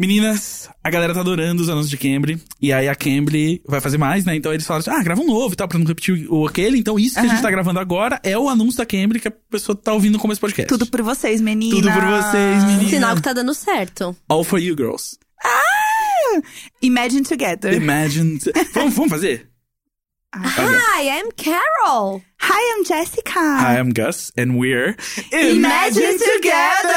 Meninas, a galera tá adorando os anúncios de Cambly. E aí a Cambly vai fazer mais, né? Então eles falaram assim, ah, grava um novo e tal, pra não repetir o aquele. Então isso que a gente Aham. tá gravando agora é o anúncio da Cambly que a pessoa tá ouvindo como esse podcast. Tudo por vocês, meninas. Tudo por vocês, meninas. Sinal que tá dando certo. All for you, girls. Imagine together. Imagine. vamos, vamos fazer? Olha. Hi, I'm Carol. Hi, I'm Jessica. Hi, I'm Gus, and we're... Imagine Together!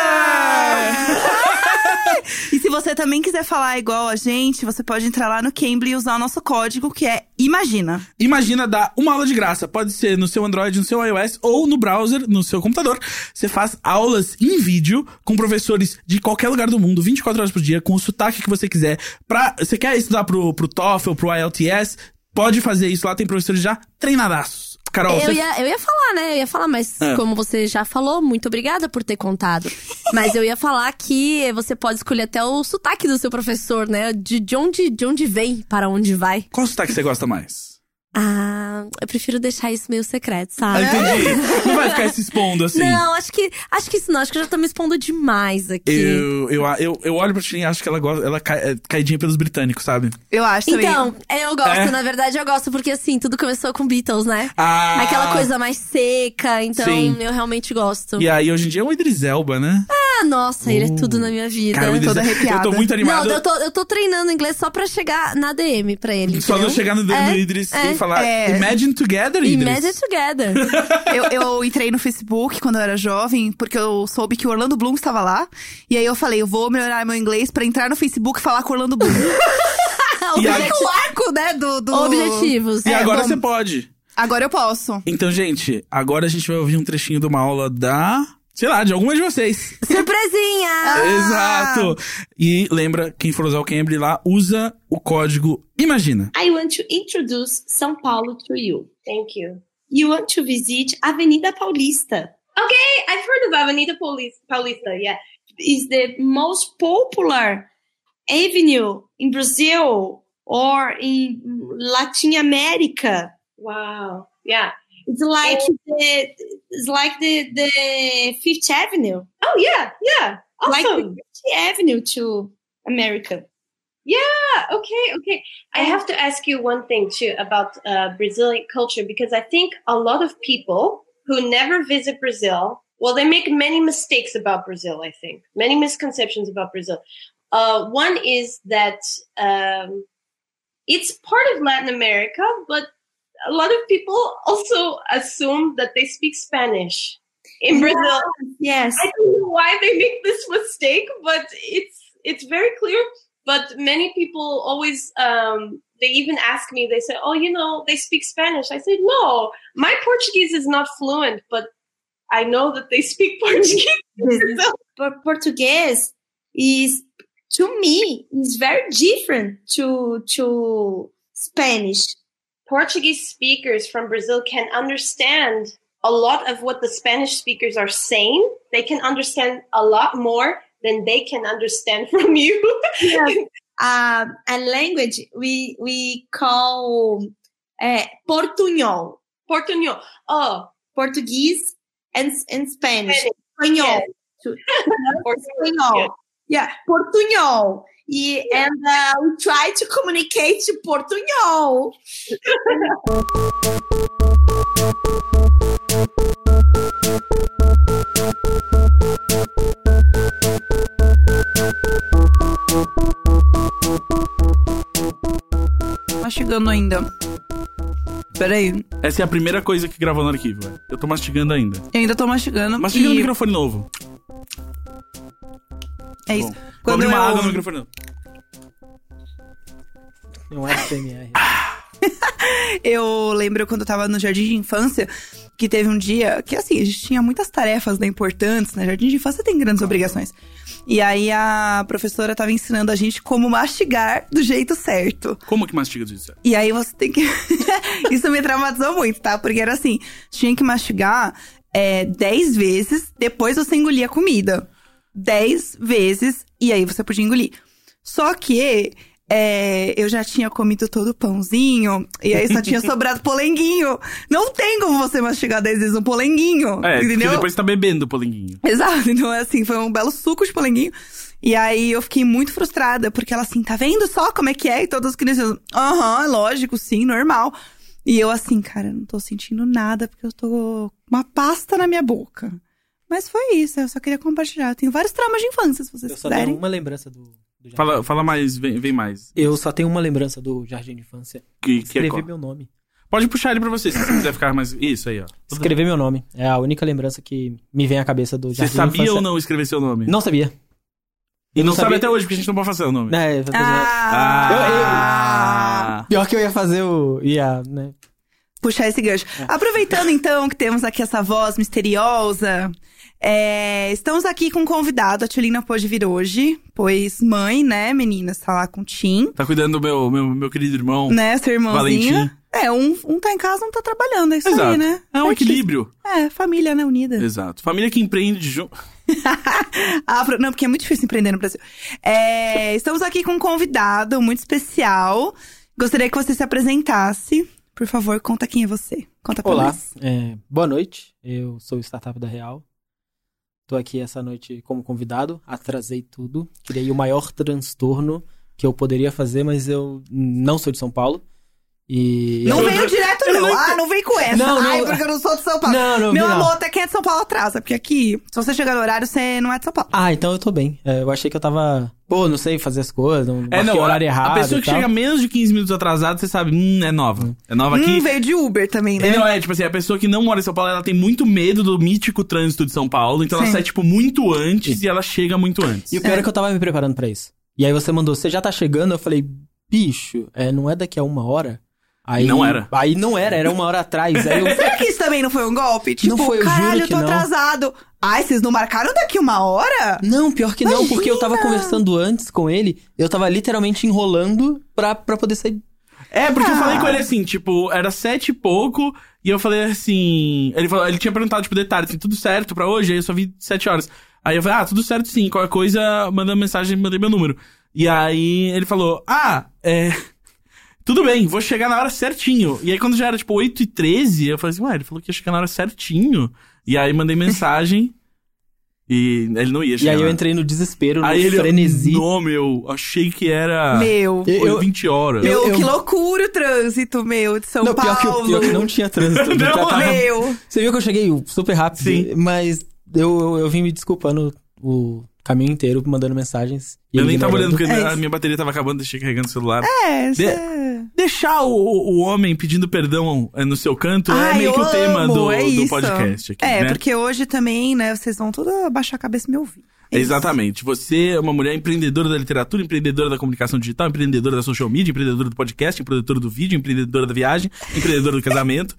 e se você também quiser falar igual a gente, você pode entrar lá no Cambly e usar o nosso código que é Imagina. Imagina dar uma aula de graça. Pode ser no seu Android, no seu iOS ou no browser, no seu computador. Você faz aulas em vídeo com professores de qualquer lugar do mundo, 24 horas por dia, com o sotaque que você quiser. Pra, você quer estudar pro, pro TOEFL, pro IELTS? Pode fazer isso lá, tem professores já treinadaços. Carol, Eu você... ia, eu ia falar, né? Eu ia falar, mas Ah. como você já falou, muito obrigada por ter contado. mas eu ia falar que você pode escolher até o sotaque do seu professor, né? De, de, onde, de onde vem, para onde vai. qual sotaque você gosta mais? Ah, eu prefiro deixar isso meio secreto, Ah, sabe? entendi. Não vai ficar se expondo assim. Não, acho que, acho que isso não. Acho que eu já tô me expondo demais aqui. Eu, eu, eu, eu olho pra Tini e acho que ela gosta. Ela cai, é caidinha pelos britânicos, sabe? Eu acho Então, eu gosto, É? na verdade eu gosto, porque assim, tudo começou com Beatles, né? Ah, Aquela coisa mais seca, então Sim. eu realmente gosto. E aí, hoje em dia é o Idris Elba, né? Ah, nossa, ele é tudo na minha vida. Hum. Cara, o Idris toda Elba- arrepiada. Eu tô muito animado. Não, eu tô, eu tô treinando inglês só pra chegar na DM pra ele. Só não entendeu? chegar no dedo É, do Idris é. e falar é. Imagine Together, Idris. Imagine together. eu, eu entrei no Facebook quando eu era jovem, porque eu soube que o Orlando Bloom estava lá. E aí eu falei, eu vou melhorar meu inglês pra entrar no Facebook e falar com o Orlando Bloom. O E obje- aí- o arco, né, do... do- Objetivos. E É, agora bom. você pode. Agora eu posso. Então, gente, agora a gente vai ouvir um trechinho de uma aula da. Sei lá, de alguma de vocês. Ah! Surpresinha! Exato! E lembra, quem for usar o Cambly lá, usa o código Imagina. I want to introduce São Paulo to you. Thank you. You want to visit Avenida Paulista. Hey, I've heard of Avenida Paulista, Paulista yeah. Is the most popular avenue in Brazil or in Latin America. Wow. Yeah. It's like Oh. the it's like the, the Fifth Avenue. Oh, yeah. Yeah. Like Awesome. the Fifth Avenue to America. yeah. Okay. Okay. I have to ask you one thing, too, about uh, Brazilian culture, because I think a lot of people who never visit Brazil, well, they make many mistakes about Brazil, I think, many misconceptions about Brazil. Uh, one is that um, it's part of Latin America, but a lot of people also assume that they speak Spanish in Brazil. Yes. I don't know why they make this mistake, but it's it's very clear. But many people always um, they even ask me. They say, "Oh, you know, they speak Spanish." I said, "No, my Portuguese is not fluent, but I know that they speak Portuguese." Por- Portuguese is to me is very different to to Spanish. Portuguese speakers from Brazil can understand a lot of what the Spanish speakers are saying. They can understand a lot more than they can understand from you. Uh, a language we we call uh, portuñol, Portuñol. Oh, Portuguese and and Spanish. Spanish, Espanhol. or Espanhol. Yeah, Portuñol. E, and uh, we try to communicate to Portuñol. Tá chegando ainda. Peraí, Essa é a primeira coisa que gravou no arquivo. Eu tô mastigando ainda. eu ainda tô mastigando. Mastiga no e- microfone novo. É isso. Bom, Quando uma água no microfone novo. Não é SMR. Eu lembro quando eu tava no jardim de infância, que teve um dia que, assim, a gente tinha muitas tarefas né, importantes, né? Jardim de infância tem grandes obrigações. E aí a professora tava ensinando a gente como mastigar do jeito certo. Como que mastiga disso? E aí você tem que. Isso me traumatizou muito, tá? Porque era assim: tinha que mastigar é, 10 vezes, depois você engolia a comida. 10 vezes, e aí você podia engolir. Só que é, eu já tinha comido todo o pãozinho, e aí só tinha sobrado polenguinho. Não tem como você mastigar 10 vezes um polenguinho. É, porque entendeu? depois você tá bebendo o polenguinho. Exato, então assim, foi um belo suco de polenguinho. E aí eu fiquei muito frustrada, porque ela assim, tá vendo só como é que é? E todas as crianças, aham, é lógico, sim, normal. E eu assim, cara, eu não tô sentindo nada, porque eu tô com uma pasta na minha boca. Mas foi isso, eu só queria compartilhar. Eu tenho vários traumas de infância, se vocês Eu só tenho quiserem. uma lembrança do, do jardim. Fala, fala mais, vem, vem mais. Eu só tenho uma lembrança do jardim de infância. Que, que é Escrever qual? meu nome. Pode puxar ele pra você, se você quiser ficar mais. Isso aí, ó. Escrever meu nome. É a única lembrança que me vem à cabeça do Você jardim de sabia infância. ou não escrever seu nome? Não sabia. E Eu não não sabe sabia. até hoje, porque a gente não pode fazer o nome. É, pois é. Ah! Ah! Pior que eu ia fazer o. Ia, né? puxar esse gancho. É. Aproveitando então que temos aqui essa voz misteriosa, é, estamos aqui com um convidado. A Tchulina pôde vir hoje, pois mãe, né, menina, está lá com o Tim, Tá cuidando do meu, meu, meu querido irmão. né, seu irmãozinho. Valentim. É, um, um tá em casa, um tá trabalhando, é isso Exato. aí, né? É um Certíssimo. equilíbrio. É, família, né, unida. Exato. Família que empreende junto. Ah, pro- não, porque é muito difícil empreender no Brasil. É, estamos aqui com um convidado muito especial. Gostaria que você se apresentasse. Por favor, conta quem é você. Conta pra Olá. nós. é, boa noite. Eu sou o Startup da Real. Tô aqui essa noite como convidado. Atrasei tudo. Criei o maior transtorno que eu poderia fazer, mas eu não sou de São Paulo. E. Não Eu- veio direto, eu não. não Ah, não vem com essa. Não, Ai, não. porque eu não sou de São Paulo. Não, não, Meu não. amor, até quem é de São Paulo atrasa, porque aqui, se você chegar no horário, você não é de São Paulo. Ah, então eu tô bem. É, eu achei que eu tava. Pô, não sei fazer as coisas, não marquei o horário É, a, errado. a pessoa que e tal. chega menos de 15 minutos atrasada, você sabe, hum, é nova. É nova aqui. Hum, veio de Uber também, né? É, Não, é, tipo assim, a pessoa que não mora em São Paulo, ela tem muito medo do mítico trânsito de São Paulo, então ela Sim. sai, tipo, muito antes e ela chega muito antes. E o pior é que eu tava me preparando pra isso. E aí você mandou, você já tá chegando? Eu falei, bicho, é, não é daqui a uma hora? Aí, Não era. Aí não era, era uma hora atrás. Aí eu, Será que isso também não foi um golpe? Tipo, foi, eu juro caralho, eu que tô não. atrasado. Ai, vocês não marcaram daqui uma hora? não, pior que não, porque eu tava conversando antes com ele, eu tava literalmente enrolando pra, pra poder sair. É, porque eu Ah. falei com ele assim, tipo, era sete e pouco, e eu falei assim. Ele, falou, ele tinha perguntado, tipo, detalhes, assim, tudo certo pra hoje? Aí eu só vi sete horas. Aí eu falei, ah, tudo certo sim, qualquer coisa, manda mensagem, mandei meu número. E aí ele falou, ah, é. Tudo bem, vou chegar na hora certinho. E aí quando já era, tipo, 8 e 13, eu falei assim, ué, ele falou que ia chegar na hora certinho. E aí mandei mensagem. e ele não ia E chegar. aí eu na- entrei no desespero, no Aí ele. frenesi. Não, meu, achei que era. Meu. Eu- foi 20 horas. meu, eu- que loucura o trânsito, meu, de São Não, pior que, Paulo. pior que não tinha trânsito. Não, já tava- Meu. Você viu que eu cheguei super rápido, Sim. mas eu, eu, eu vim me desculpando o caminho inteiro, mandando mensagens. e Eu ele nem tava ignorando. olhando porque É a isso. minha bateria tava acabando, deixei carregando o celular. É, De- cê- Deixar o, o homem pedindo perdão é, no seu canto é Ai, meio que eu o tema amo, do, é do isso. podcast aqui, É, né? porque hoje também, né, vocês vão toda baixar a cabeça e me ouvir. É isso. Exatamente. Você é uma mulher empreendedora da literatura, empreendedora da comunicação digital, empreendedora da social media, empreendedora do podcast, empreendedora do vídeo, empreendedora da viagem, empreendedora do casamento,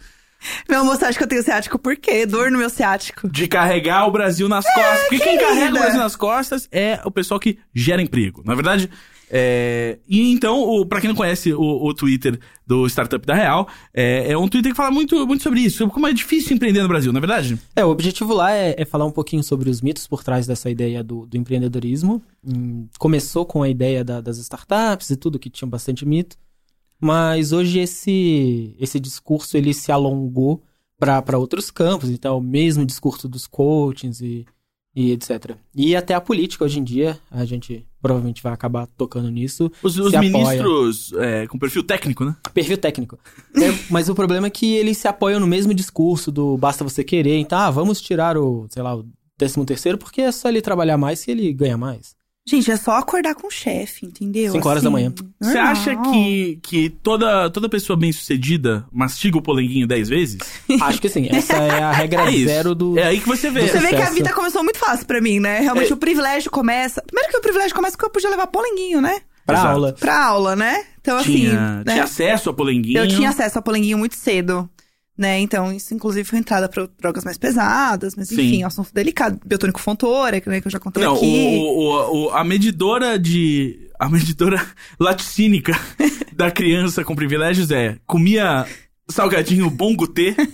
Meu amor, você acha que eu tenho ciático por quê? Dor no meu ciático. de carregar o Brasil nas É, costas. Porque quem carrega o Brasil nas costas é o pessoal que gera emprego. Na verdade, é... E então, o... pra quem não conhece o, o Twitter do Startup da Real, é, é um Twitter que fala muito, muito sobre isso, sobre como é difícil empreender no Brasil, na verdade? É, o objetivo lá é, é falar um pouquinho sobre os mitos por trás dessa ideia do, do empreendedorismo. Hum, começou com a ideia da- das startups e tudo, que tinha bastante mito. Mas hoje esse, esse discurso ele se alongou para outros campos. Então, o mesmo discurso dos coachings e, e etc. E até a política hoje em dia, a gente provavelmente vai acabar tocando nisso. Os, os Se apoia. ministros é, com perfil técnico, né? Perfil técnico. É, mas o problema é que eles se apoiam no mesmo discurso do basta você querer, então, ah, vamos tirar o, sei lá, o 13 terceiro, porque é só ele trabalhar mais que ele ganha mais. Gente, é só acordar com o chefe, entendeu? Assim, Cinco horas da manhã. Você normal. acha que, que toda, toda pessoa bem-sucedida mastiga o polenguinho 10 vezes? Acho que sim, essa é a regra É isso. zero do... É aí que você vê. Você vê que a Sucesso. vida começou muito fácil pra mim, né? Realmente É. o privilégio começa. Primeiro que o privilégio começa porque eu podia levar polenguinho, né? pra Exato. aula. Pra aula, né? Então, tinha, assim. né? tinha acesso a polenguinho. Eu tinha acesso a polenguinho muito cedo. Né? Então, isso inclusive foi entrada pra drogas mais pesadas, mas Sim. enfim, é um assunto delicado. Biotônico Fontoura, que, né, que eu já contei Não, aqui. o, o- o- a medidora de. A medidora laticínica da criança com privilégios é. Comia salgadinho bongutê.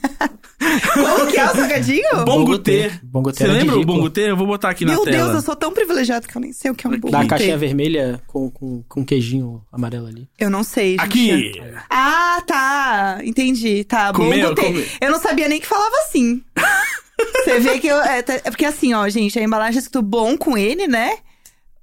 Como que é o salgadinho? Bongutê. Bongotê Você era de lembra o rico. bongutê? Eu vou botar aqui Meu na tela. Deus, eu sou tão privilegiado que eu nem sei o que é um bom Da Bongotê. caixinha vermelha com, com, com um queijinho amarelo ali. Eu não sei, gente. Aqui! Ah, tá. Entendi. Tá, bom Comeu, botei. comeu. Eu não sabia nem que falava assim. Você vê que eu. É, tá- é porque assim, ó, gente, a embalagem é escrito bom com ele, né?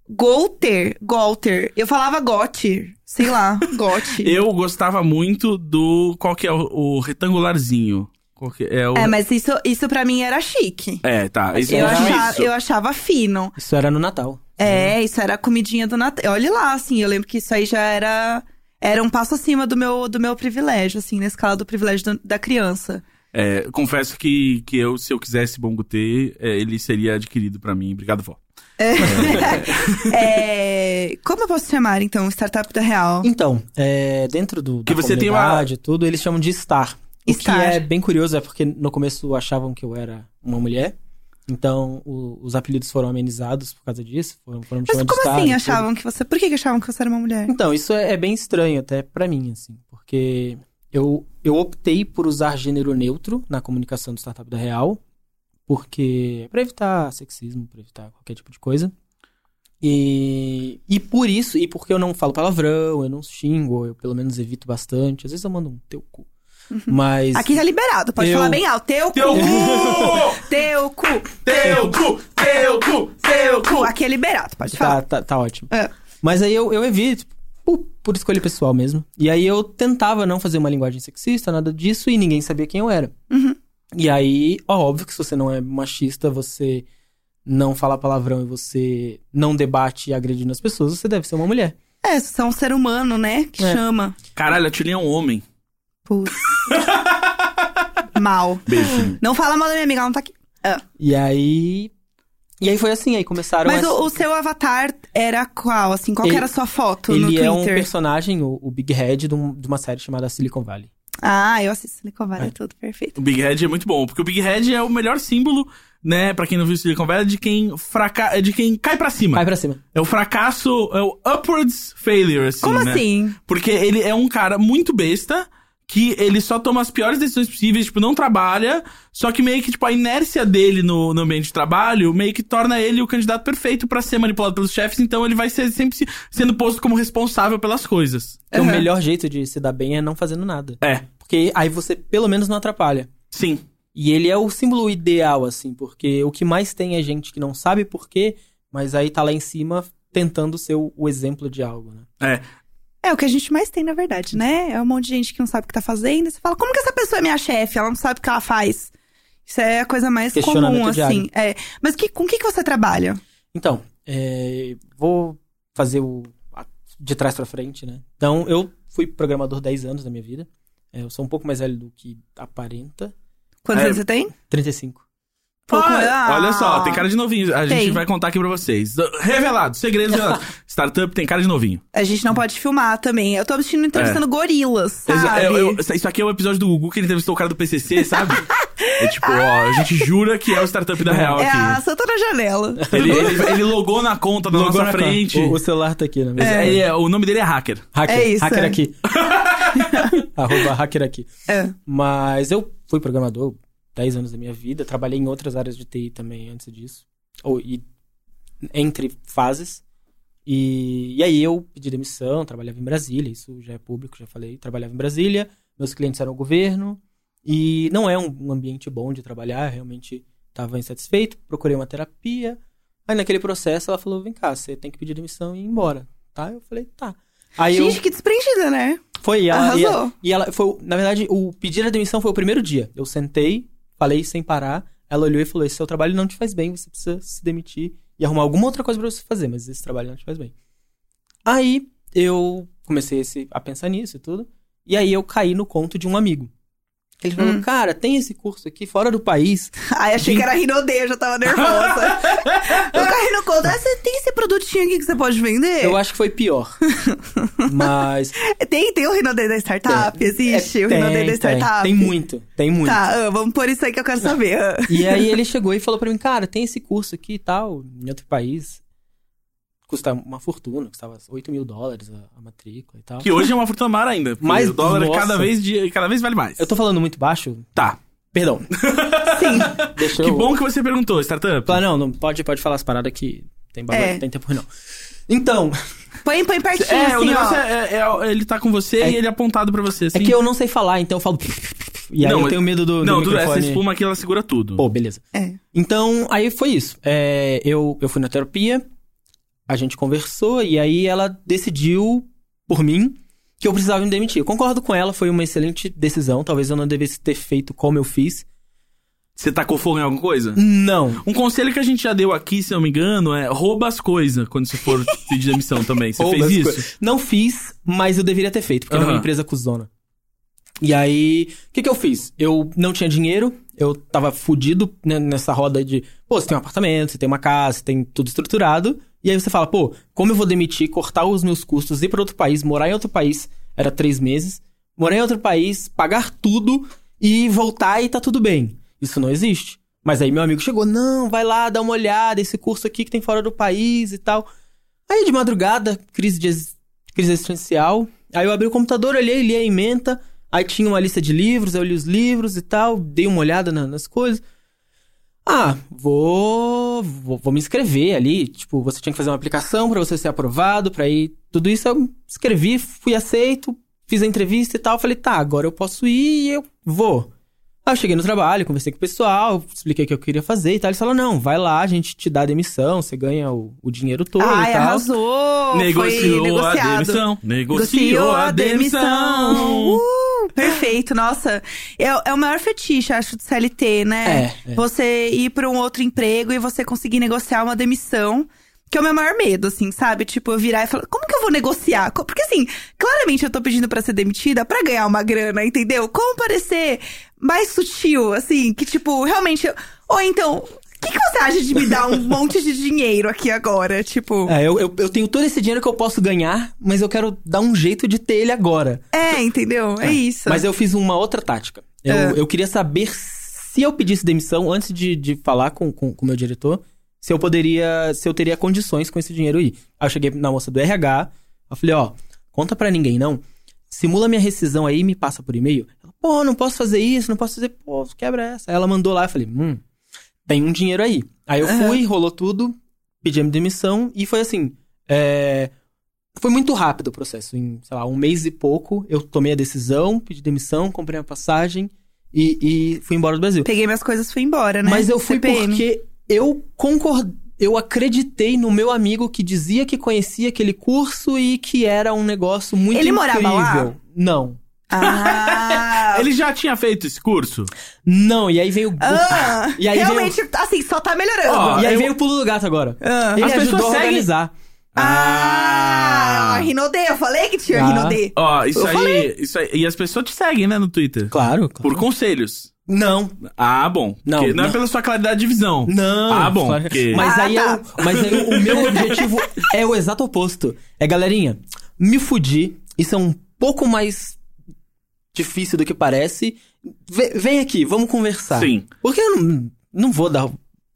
Golter, Golter. Eu falava Gotter, sei lá, Gotter. Eu gostava muito do. Qual que é o, o retangularzinho? Qual que é o. É, mas isso, isso pra mim era chique. É, tá. Isso, Uhum. Eu é difícil. achava, eu achava fino. Isso era no Natal. É, isso era a comidinha do Natal. Olha lá, assim, eu lembro que isso aí já era era um passo acima do meu do meu privilégio, assim, na escala do privilégio do- da criança. É, confesso que, que eu, se eu quisesse Bongo T, é, ele seria adquirido pra mim. Obrigado, vó. É, como eu posso chamar então startup da real? Então, é, dentro do, da Que você tem uma- comunidade e tudo, eles chamam de Star. O Star. que é bem curioso, é porque no começo achavam que eu era uma mulher. Então, o- os apelidos foram amenizados por causa disso. Foram, foram me Mas chamando de como Star. assim e tudo. achavam que você? Por que que achavam que você era uma mulher? Então, isso é, é bem estranho até pra mim, assim. Porque eu, eu optei por usar gênero neutro na comunicação do Startup da Real. Porque... Pra evitar sexismo, pra evitar qualquer tipo de coisa. E, e por isso, e porque eu não falo palavrão, eu não xingo, eu pelo menos evito bastante. Às vezes eu mando um teu cu. Mas... Aqui tá liberado, pode Eu- falar bem alto. Teu, Teu cu, cu! teu cu, Teu cu! Teu cu! Teu cu. cu! Aqui é liberado, pode falar. Tá, tá, tá ótimo. É. Mas aí eu, eu evito, por, por escolha pessoal mesmo. E aí eu tentava não fazer uma linguagem sexista, nada disso, e ninguém sabia quem eu era. Uhum. E aí, ó, óbvio que se você não é machista, você não fala palavrão e você não debate agredindo as pessoas, você deve ser uma mulher. É, você é um ser humano, né? Que É. chama. Caralho, a Tilly é um homem. Putz. Mal. Beijinho. Não fala mal da minha amiga, ela não tá aqui. Ah. E aí. E aí foi assim, aí começaram Mas essa- o, o seu avatar era qual? Assim, qual que Ele- era a sua foto no Ele Twitter? é um personagem, o, o Big Head, de, um- de uma série chamada Silicon Valley. Ah, eu assisto Silicon Valley, é. tudo perfeito. O Big Head é muito bom, porque o Big Head é o melhor símbolo, né, pra quem não viu Silicon Valley, de quem fraca... é de quem cai pra cima. Vai pra cima. É o fracasso, é o upwards failure, assim, Como né? assim? Porque ele é um cara muito besta, que ele só toma as piores decisões possíveis, tipo, não trabalha, só que meio que, tipo, a inércia dele no, no ambiente de trabalho meio que torna ele o candidato perfeito pra ser manipulado pelos chefes, então ele vai ser sempre se- sendo posto como responsável pelas coisas. Então, Aham. o melhor jeito de se dar bem é não fazendo nada. É, Porque aí você pelo menos não atrapalha. sim. E ele é o símbolo ideal, assim, porque o que mais tem é gente que não sabe por quê, mas aí tá lá em cima tentando ser o, o exemplo de algo, né? É o que a gente mais tem, na verdade, né? É um monte de gente que não sabe o que tá fazendo. E você fala, como que essa pessoa é minha chefe? Ela não sabe o que ela faz. Isso é a coisa mais Questionamento comum, diário. assim. É. Mas que, com o que, que você trabalha? Então, é, vou fazer o a- de trás pra frente, né? Então, eu fui programador 10 anos da minha vida. É, eu sou um pouco mais velho do que aparenta. Quantos É. anos você tem? 35. Pouco- olha, Ah. olha só, tem cara de novinho. A Tem. gente vai contar aqui pra vocês. Revelado, segredos revelados. Startup tem cara de novinho. A gente não pode filmar também. Eu tô assistindo entrevistando gorilas, É. Exa- sabe? eu- eu- isso aqui é o episódio do Gugu que ele entrevistou o cara do PCC, sabe? é tipo, ó, a gente jura que é o Startup da Real é a aqui. Santa na Janela. Ele, ele- ele logou na conta da Logou nossa na conta. frente. O, o celular tá aqui, né? Mas É. ele é- o nome dele é Hacker. Hacker, É isso, hacker é. aqui. Arroba hacker aqui. É. Mas eu fui programador 10 anos da minha vida, trabalhei em outras áreas de TI também antes disso. Ou, e entre fases. E, e aí eu pedi demissão, trabalhava em Brasília, isso já é público, já falei, trabalhava em Brasília, meus clientes eram o governo, e não é um, um ambiente bom de trabalhar, realmente estava insatisfeito, procurei uma terapia. Aí naquele processo ela falou: vem cá, você tem que pedir demissão e ir embora, tá? Eu falei, tá. Aí eu- Gente, que desprendida, né? foi, e ela, e, Arrasou. ela- e ela foi, o- na verdade, o pedir a demissão foi o primeiro dia. Eu sentei, falei sem parar, ela olhou e falou: "Esse seu trabalho não te faz bem, você precisa se demitir e arrumar alguma outra coisa pra você fazer, mas esse trabalho não te faz bem". Aí eu comecei esse- a pensar nisso e tudo, e aí eu caí no conto de um amigo. Ele falou: Hum. "Cara, tem esse curso aqui fora do país". Ai, achei que era Rinodê, eu já tava nervosa. eu caí no conto. Ah, você tem esse produtinho aqui que você pode vender? Eu acho que foi pior. mas Tem, tem o Rinodê da startup? Existe o tem, É, Rinodê da tem, startup? tem muito, tem muito. Tá, ah, vamos pôr isso aí que eu quero saber. ah. E aí ele chegou e falou pra mim, cara, tem esse curso aqui e tal, em outro país. Custa uma fortuna, custava 8 mil dólares a, a matrícula e tal. Que hoje é uma fortuna mara ainda. porque Mas, o dólar é nossa. cada vez, de, cada vez vale mais. Eu tô falando muito baixo? Tá. Perdão. Sim. Deixa Que eu... bom que você perguntou, Startup. Fala, não, não pode, pode falar as paradas que tem bagulho, É. não tem tempo não. Então, Põe, põe pertinho, É, o assim, ó. negócio é, é- é- Ele tá com você É- e ele é apontado pra você, assim. é que eu não sei falar, então eu falo... E aí Não, eu mas- tenho medo do, do Não, tudo, é, microfone. essa espuma aqui, ela segura tudo. Pô, beleza. É. Então, aí foi isso. É, eu, eu fui na terapia, a gente conversou e aí ela decidiu por mim que eu precisava me demitir. Eu concordo com ela, foi uma excelente decisão. Talvez eu não devesse ter feito como eu fiz. Você tacou fogo em alguma coisa? Não. Um conselho que a gente já deu aqui, se eu não me engano, é rouba as coisas quando você for pedir demissão também. Você Ou fez das isso? coisas. Não fiz, mas eu deveria ter feito, porque era Aham. uma empresa cuzona. E aí, o que, que eu fiz? Eu não tinha dinheiro, eu tava fudido né, nessa roda de, pô, você tem um apartamento, você tem uma casa, você tem tudo estruturado. E aí você fala, pô, como eu vou demitir, cortar os meus custos, ir pra outro país, morar em outro país, era três meses, morar em outro país, pagar tudo e voltar e tá tudo bem. Isso não existe. Mas aí meu amigo chegou, não, vai lá, dá uma olhada, esse curso aqui que tem fora do país e tal. Aí de madrugada, crise, de ex- crise existencial. Aí eu abri o computador, olhei, li a ementa. Aí tinha uma lista de livros, eu li os livros e tal, dei uma olhada na- nas coisas. Ah, vou, vou, vou me inscrever ali. Tipo, você tinha que fazer uma aplicação pra você ser aprovado, pra ir. Tudo isso eu me inscrevi, fui aceito, fiz a entrevista e tal. Falei, tá, agora eu posso ir e eu vou. Aí eu cheguei no trabalho, conversei com o pessoal, expliquei o que eu queria fazer e tal. Eles falaram, não, vai lá, a gente te dá a demissão, você ganha o, o dinheiro todo Ai, e tal. arrasou! Negociou foi a negociado. demissão. Negociou a demissão. Uh, perfeito, nossa. É, é o maior fetiche, acho, do CLT, né? É, é. Você ir pra um outro emprego e você conseguir negociar uma demissão. Que é o meu maior medo, assim, sabe? Tipo, eu virar e falar, como que eu vou negociar? Co- Porque, assim, claramente eu tô pedindo pra ser demitida pra ganhar uma grana, entendeu? Como parecer mais sutil, assim, que, tipo, realmente. eu- Ou então, o que, que você acha de me dar um monte de dinheiro aqui agora? Tipo. É, eu, eu, eu tenho todo esse dinheiro que eu posso ganhar, mas eu quero dar um jeito de ter ele agora. É, entendeu? É, isso. Mas eu fiz uma outra tática. Eu, É. eu queria saber se eu pedisse demissão antes de, de falar com o com, com o meu diretor, se eu poderia, se eu teria condições com esse dinheiro aí. Aí eu cheguei na moça do RH, eu falei, ó, conta pra ninguém não, simula minha rescisão aí e me passa por e-mail. Ela, pô, não posso fazer isso, não posso fazer, pô, quebra essa. Aí ela mandou lá, eu falei, hum, tem um dinheiro aí. Aí eu fui, rolou tudo, pedi a minha demissão e foi assim, é... Foi muito rápido o processo. Em, sei lá, um mês e pouco, eu tomei a decisão, pedi demissão, comprei a passagem e, e fui embora do Brasil. Peguei minhas coisas e fui embora, né? Mas eu fui CPM. porque eu concordei. Eu acreditei no meu amigo que dizia que conhecia aquele curso e que era um negócio muito Ele incrível. morava lá? Não. Ah! Ele já tinha feito esse curso? Não, e aí veio. o- Ah, E aí realmente, assim, só tá melhorando. Ó, e aí eu- veio o pulo do gato agora. Ah. Ele As pessoas ajudou a seguem- organizar. Ah, Ah. Rinodê, eu falei que tinha Ah. Rinodê. Ó, isso Eu aí, isso aí. E as pessoas te seguem, né, no Twitter? Claro, claro. Por conselhos. Não, Ah, bom. Não, Porque não, é não. pela sua claridade de visão. Não. Ah, bom. Claro. porque- Mas, Ah, aí tá. eu- mas aí o meu objetivo é o exato oposto. É, galerinha, me fudir. Isso é um pouco mais difícil do que parece. Ve- vem aqui, vamos conversar. Sim. Porque eu não, não vou dar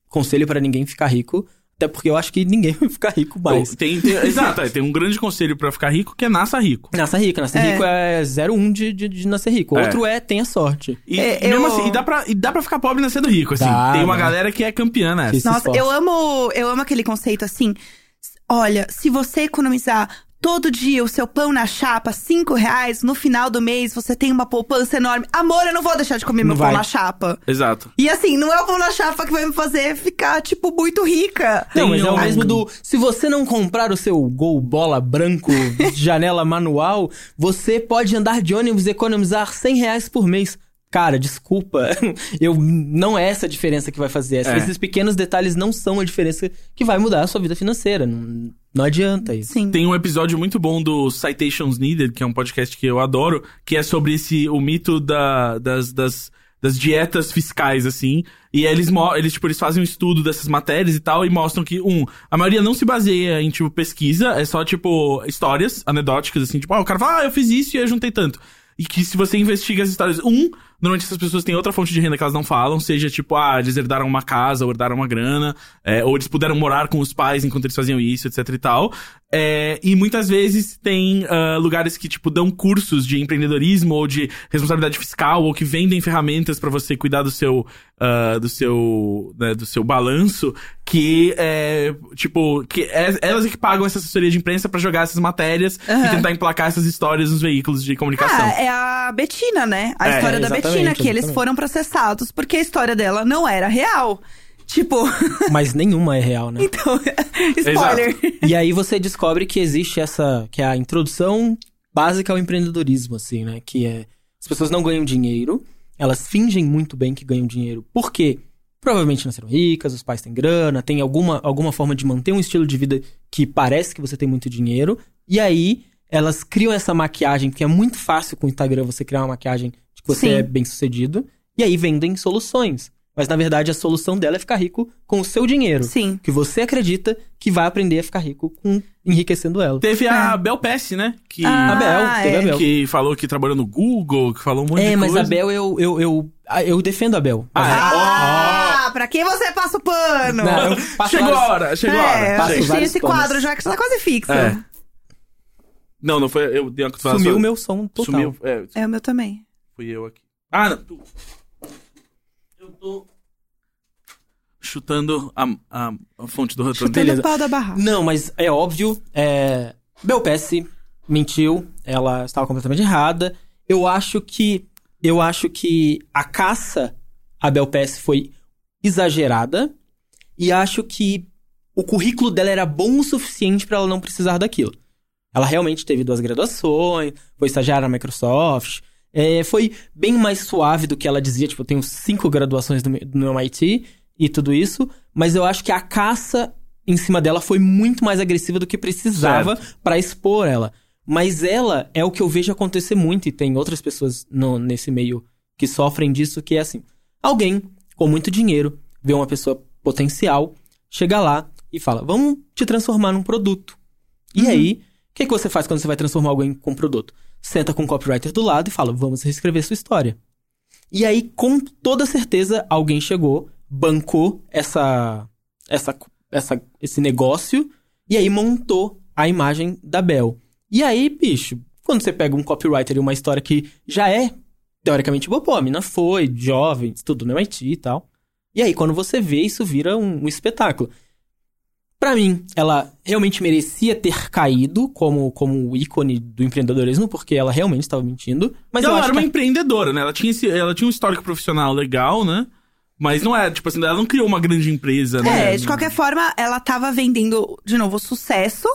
conselho pra ninguém ficar rico. Até porque eu acho que ninguém vai ficar rico mais. Tem, tem- exato, é, tem um grande conselho pra ficar rico que é nasça rico. Nascer rico. Nascer É. rico é 01 de, de, de nascer rico. É. Outro é tenha sorte. E, É, e mesmo eu- assim, e dá, pra, e dá pra ficar pobre nascendo rico, assim. Dá, tem uma né? galera que é campeã nessa. Isso. se Nossa, esforça. eu amo, eu amo aquele conceito assim. s- Olha, se você economizar todo dia o seu pão na chapa, cinco reais, no final do mês você tem uma poupança enorme. Amor, eu não vou deixar de comer Não meu pão vai. na chapa. Exato. E assim, não é o pão na chapa que vai me fazer ficar, tipo, muito rica. Não, Tem mas é o um- mesmo do. Se você não comprar o seu gol bola branco, janela manual, você pode andar de ônibus e economizar 100 reais por mês. Cara, desculpa. Eu, não é essa a diferença que vai fazer. É. Esses pequenos detalhes não são a diferença que vai mudar a sua vida financeira. Não, não adianta isso. Sim. Tem um episódio muito bom do Citations Needed, que é um podcast que eu adoro, que é sobre esse o mito da- das, das, das dietas fiscais, assim. E eles, mo- eles, tipo, eles fazem um estudo dessas matérias e tal, e mostram que, um, a maioria não se baseia em, tipo, pesquisa, é só, tipo, histórias anedóticas, assim, tipo, ah, o cara fala, ah, eu fiz isso e eu juntei tanto. E que se você investiga as histórias, um, normalmente essas pessoas têm outra fonte de renda que elas não falam, seja tipo, ah, eles herdaram uma casa, ou herdaram uma grana, é, ou eles puderam morar com os pais enquanto eles faziam isso, etc e tal. É, e muitas vezes tem ah, lugares que, tipo, dão cursos de empreendedorismo ou de responsabilidade fiscal, ou que vendem ferramentas pra você cuidar do seu, ah, do seu, né, do seu balanço, que é, tipo, que é- elas é que pagam essa assessoria de imprensa pra jogar essas matérias e Aham. tentar emplacar essas histórias nos veículos de comunicação. Ah, é a Betina, né? A É, história da exatamente, Betina, que eles exatamente. foram processados porque a história dela não era real. Tipo, Mas nenhuma é real, né? então, spoiler. E aí você descobre que existe essa, que é a introdução básica ao empreendedorismo, assim, né? Que é, as pessoas não ganham dinheiro, elas fingem muito bem que ganham dinheiro. Por quê? Provavelmente nasceram ricas, os pais têm grana, tem alguma, alguma forma de manter um estilo de vida que parece que você tem muito dinheiro. E aí, elas criam essa maquiagem, porque é muito fácil com o Instagram você criar uma maquiagem de que você Sim. é bem sucedido. E aí vendem soluções. Mas na verdade a solução dela é ficar rico com o seu dinheiro Sim. que você acredita que vai aprender a ficar rico com enriquecendo ela. Teve a Bel Pesce, né? Que, Ah, a Bel, teve é. a Bel. que falou que trabalhou no Google, que falou um monte é, de mas coisa. a Bel, eu, eu, eu, ah, eu defendo a Bel. Ah, Ah, pra quem você passa o pano? Não, eu é? Ó, passo Chegou a vários- hora, chegou a é, eu hora. Passa Chega. assisti vários esse panos. quadro já que você tá quase fixa. É. Não, não foi. Eu dei uma cotovelada Sumiu o só- meu som total. Sumiu. É, É o meu também. fui eu aqui. Ah, não. tu- Eu tô. Chutando a, a, a fonte do retorno. Chutando Então, beleza. o pau da barraca. Não, mas é óbvio, é... Bel Pesce mentiu, ela estava completamente errada. Eu acho que eu acho que a caça a Bel Pesce foi exagerada e acho que o currículo dela era bom o suficiente para ela não precisar daquilo. Ela realmente teve duas graduações, foi estagiária na Microsoft, é, foi bem mais suave do que ela dizia, tipo, eu tenho cinco graduações no, no MIT e tudo isso, mas eu acho que a caça em cima dela foi muito mais agressiva do que precisava pra expor ela. Mas ela é o que eu vejo acontecer muito, e tem outras pessoas no- nesse meio que sofrem disso, que é assim, alguém com muito dinheiro vê uma pessoa potencial, chega lá e fala, vamos te transformar num produto. E aí, o que, que você faz quando você vai transformar alguém com um produto? Senta com o copywriter do lado e fala, vamos reescrever sua história. E aí, com toda certeza, alguém chegou, bancou essa, essa, essa, esse negócio e aí montou a imagem da Bel. E aí, bicho, quando você pega um copywriter e uma história que já é, teoricamente, boa, pô, a mina foi, jovem, estudou no MIT e tal. E aí, quando você vê, isso vira um, um espetáculo. Pra mim, ela realmente merecia ter caído como, como ícone do empreendedorismo, porque ela realmente estava mentindo. Mas eu ela acho era que é. uma empreendedora, né? Ela tinha, esse, ela tinha um histórico profissional legal, né? Mas não era, tipo assim, ela não criou uma grande empresa, né? É, de qualquer forma, ela tava vendendo, de novo, sucesso,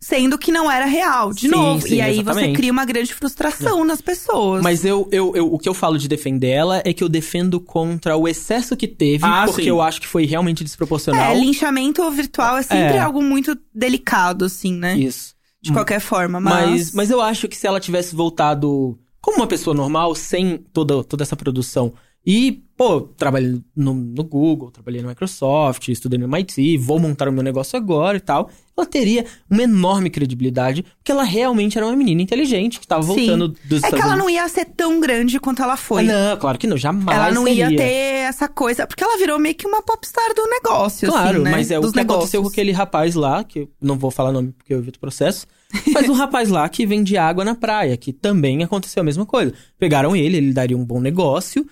sendo que não era real, de Sim, novo. sim, e aí você exatamente. cria uma grande frustração nas pessoas. Mas eu, eu, eu- o que eu falo de defender ela é que eu defendo contra o excesso que teve, Ah, porque sim. eu acho que foi realmente é, desproporcional. linchamento virtual é sempre É. algo muito delicado, assim, né? Isso. De qualquer forma, Mas, mas... mas eu acho que se ela tivesse voltado como uma pessoa normal, sem toda, toda essa produção, e, pô, trabalhei no, no Google, trabalhei na Microsoft, estudei no MIT, vou montar o meu negócio agora e tal, ela teria uma enorme credibilidade, porque ela realmente era uma menina inteligente, que tava Sim. voltando dos É que Estados ela Unidos. não ia ser tão grande quanto ela foi. Ah, não, claro que não, jamais ela não seria. ia ter essa coisa. Porque ela virou meio que uma popstar do negócio, Claro, assim, né? mas é Dos o que aconteceu negócios. com aquele rapaz lá, que eu não vou falar nome porque eu evito processo, mas um rapaz lá que vende água na praia, que também aconteceu a mesma coisa. Pegaram ele, ele daria um bom negócio,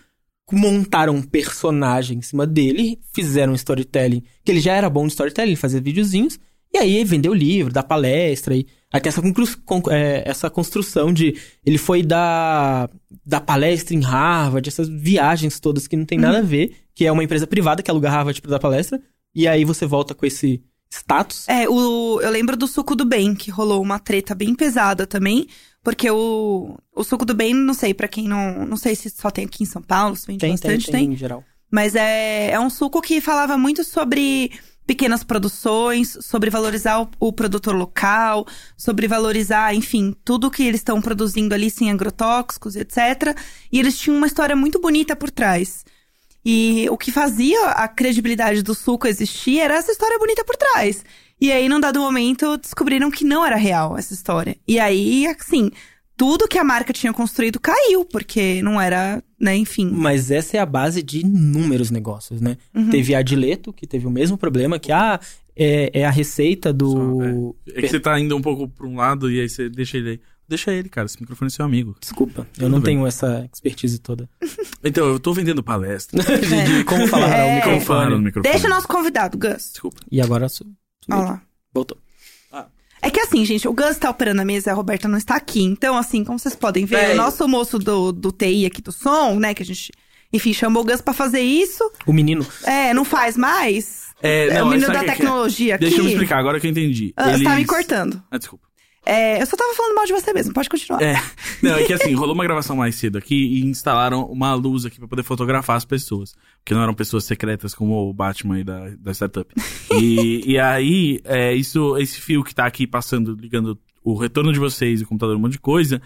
montaram um personagem em cima dele, fizeram um storytelling, que ele já era bom de storytelling, ele fazia videozinhos, e aí ele vendeu livro, dá palestra, e aí tem essa, concru- con- é, essa construção de ele foi dar, dar palestra em Harvard, essas viagens todas que não tem Uhum. nada a ver, que é uma empresa privada que aluga Harvard pra dar palestra, e aí você volta com esse status. É, o, eu lembro do Suco do Bem, que rolou uma treta bem pesada também. Porque o, o Suco do Bem, não sei, pra quem não. Não sei se só tem aqui em São Paulo, se vende bastante, tem. em geral. Mas é, é um suco que falava muito sobre pequenas produções, sobre valorizar o, o produtor local, sobre valorizar, enfim, tudo que eles estão produzindo ali sem agrotóxicos, etc. E eles tinham uma história muito bonita por trás. E o que fazia a credibilidade do suco existir era essa história bonita por trás. E aí, num dado momento, descobriram que não era real essa história. E aí, assim, tudo que a marca tinha construído caiu, porque não era, né, enfim. Mas essa é a base de inúmeros negócios, né? Uhum. Teve a Dileto, que teve o mesmo problema, que ah, é, é a receita do. É que você tá indo um pouco pra um lado e aí você deixa ele aí. Deixa ele, cara. Esse microfone é seu amigo. Desculpa, eu Tudo não bem. tenho essa expertise toda. Então, eu tô vendendo palestra. De como falar É. ao Como falar no microfone. microfone. Deixa o nosso convidado, Gus. Desculpa. E agora su- Olha lá. voltou. É que assim, gente, o Gus tá operando a mesa e a Roberta não está aqui. Então, assim, como vocês podem ver, Véi. o nosso moço do, do TI aqui do som, né, que a gente Enfim, chamou o Gus pra fazer isso. O menino. É, não faz mais. É, É, não, o menino sabe da o que é que é? tecnologia aqui. Deixa eu me explicar, agora que eu entendi. Ah, Você tá me Eles- cortando. Ah, desculpa. É, eu só tava falando mal de você mesmo, pode continuar. É. Não, é que assim, rolou uma gravação mais cedo aqui e instalaram uma luz aqui pra poder fotografar as pessoas. Porque não eram pessoas secretas como o Batman aí da, da startup. E, e aí, é, isso, esse fio que tá aqui passando, ligando o retorno de vocês, o computador, um monte de coisa,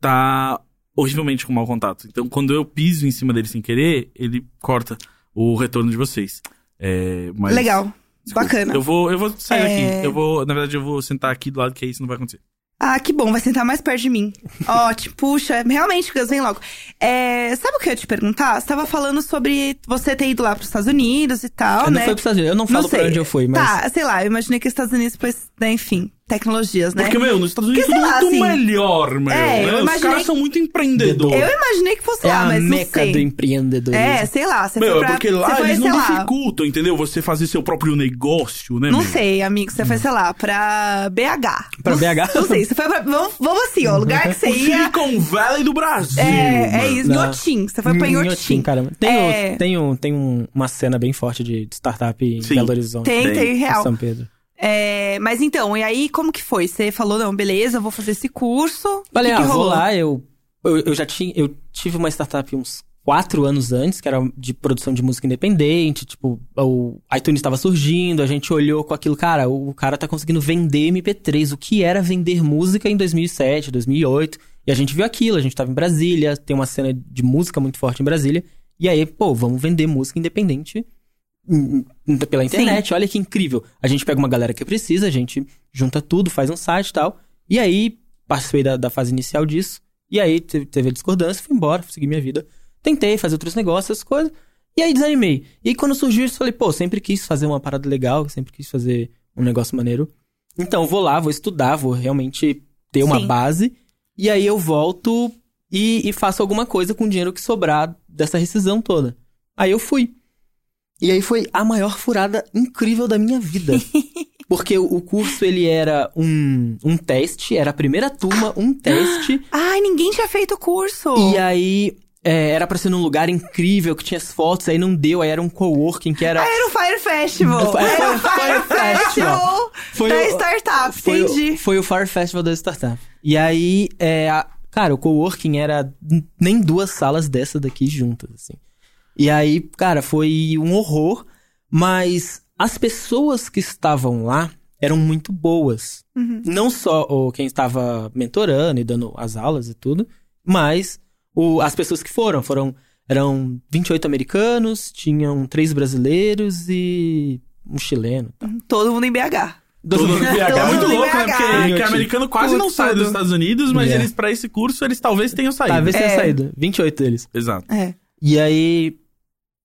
tá horrivelmente com mau contato. Então, quando eu piso em cima dele sem querer, ele corta o retorno de vocês. É, mas- Legal, Desculpa. bacana. Eu vou, eu vou sair É. daqui. Eu vou, na verdade, eu vou sentar aqui do lado que isso não vai acontecer. Ah, que bom, vai sentar mais perto de mim. Ótimo, puxa, realmente, Gus, vem logo. É, sabe o que eu ia te perguntar? Você tava falando sobre você ter ido lá pros Estados Unidos e tal, eu não né? fui pros Estados Unidos. Eu não falo Não pra sei. onde eu fui, mas. Tá, sei lá, eu imaginei que os Estados Unidos, pois, né, enfim, tecnologias, né? Porque, meu, nos Estados Unidos é Porque, sei tudo lá, muito assim, melhor, meu. é, eu né? Os imaginei- caras são muito empreendedores. Eu imaginei que fosse É lá, a mas não meca sei. do empreendedorismo. É, sei lá, você Meu, foi é pra, porque você lá foi, eles sei não lá, dificultam, entendeu? Você fazer seu próprio negócio, né, Não meu? sei, amigo, você foi, sei lá, pra BH. Pra Não- BH? Não sei, você foi pra. Vamos, vamos assim, ó, o lugar que você O ia. Silicon Valley do Brasil. É, é meu. isso, Não. Inhotim. Você foi pra Inhotim. caramba. Tem, É. um- tem, um, tem um- uma cena bem forte de, de startup em Sim. Belo Horizonte. Tem, Bem, tem, em real. São Pedro. É, mas então, e aí como que foi? Você falou, não, beleza, eu vou fazer esse curso. E Falei, o ah, que que vou rolou? lá, eu, eu, eu já tinha, eu tive uma startup uns quatro anos antes, que era de produção de música independente, tipo, o iTunes estava surgindo, a gente olhou com aquilo, cara, o, o cara tá conseguindo vender MP3, o que era vender música em 2007, 2008, e a gente viu aquilo, a gente tava em Brasília, tem uma cena de música muito forte em Brasília, e aí, pô, vamos vender música independente hum, hum, pela internet, olha que incrível. A gente pega uma galera que precisa, a gente junta tudo, faz um site e tal, e aí participei da, da fase inicial disso. E aí te- teve a discordância, fui embora, segui minha vida. Tentei fazer outros negócios, essas coisas. E aí desanimei. E aí, quando surgiu isso, falei, pô, sempre quis fazer uma parada legal, sempre quis fazer um negócio maneiro. Então, vou lá, vou estudar, vou realmente ter uma Sim. base. E aí eu volto e, e faço alguma coisa com o dinheiro que sobrar dessa rescisão toda. Aí eu fui. E aí foi a maior furada incrível da minha vida. Porque o- o curso, ele era um, um teste, era a primeira turma, um teste. Ai, ninguém tinha feito o curso. e aí, é, era pra ser num lugar incrível, que tinha as fotos, aí não deu, aí era um coworking que era... Ah, Era o Fire Festival. Era o Era o Fire Fire Festival Festival. Foi da o- startup, foi, o- entendi. foi o Fire Festival da Startup. E aí, é, a- cara, o coworking era n- nem duas salas dessa daqui juntas, assim. E aí, cara, foi um horror, mas as pessoas que estavam lá eram muito boas. Uhum. Não só o, quem estava mentorando e dando as aulas e tudo, mas o- as pessoas que foram. Foram eram 28 americanos, tinham três brasileiros e um chileno. Todo mundo em BH. Todo mundo em BH. É muito Todo mundo em louco, né? BH. Porque que Inhotim. americano quase não Tudo. sai dos Estados Unidos, mas Yeah. eles, pra esse curso, eles talvez tenham saído. Talvez tenha É. saído. 28 deles. Exato. É. E aí.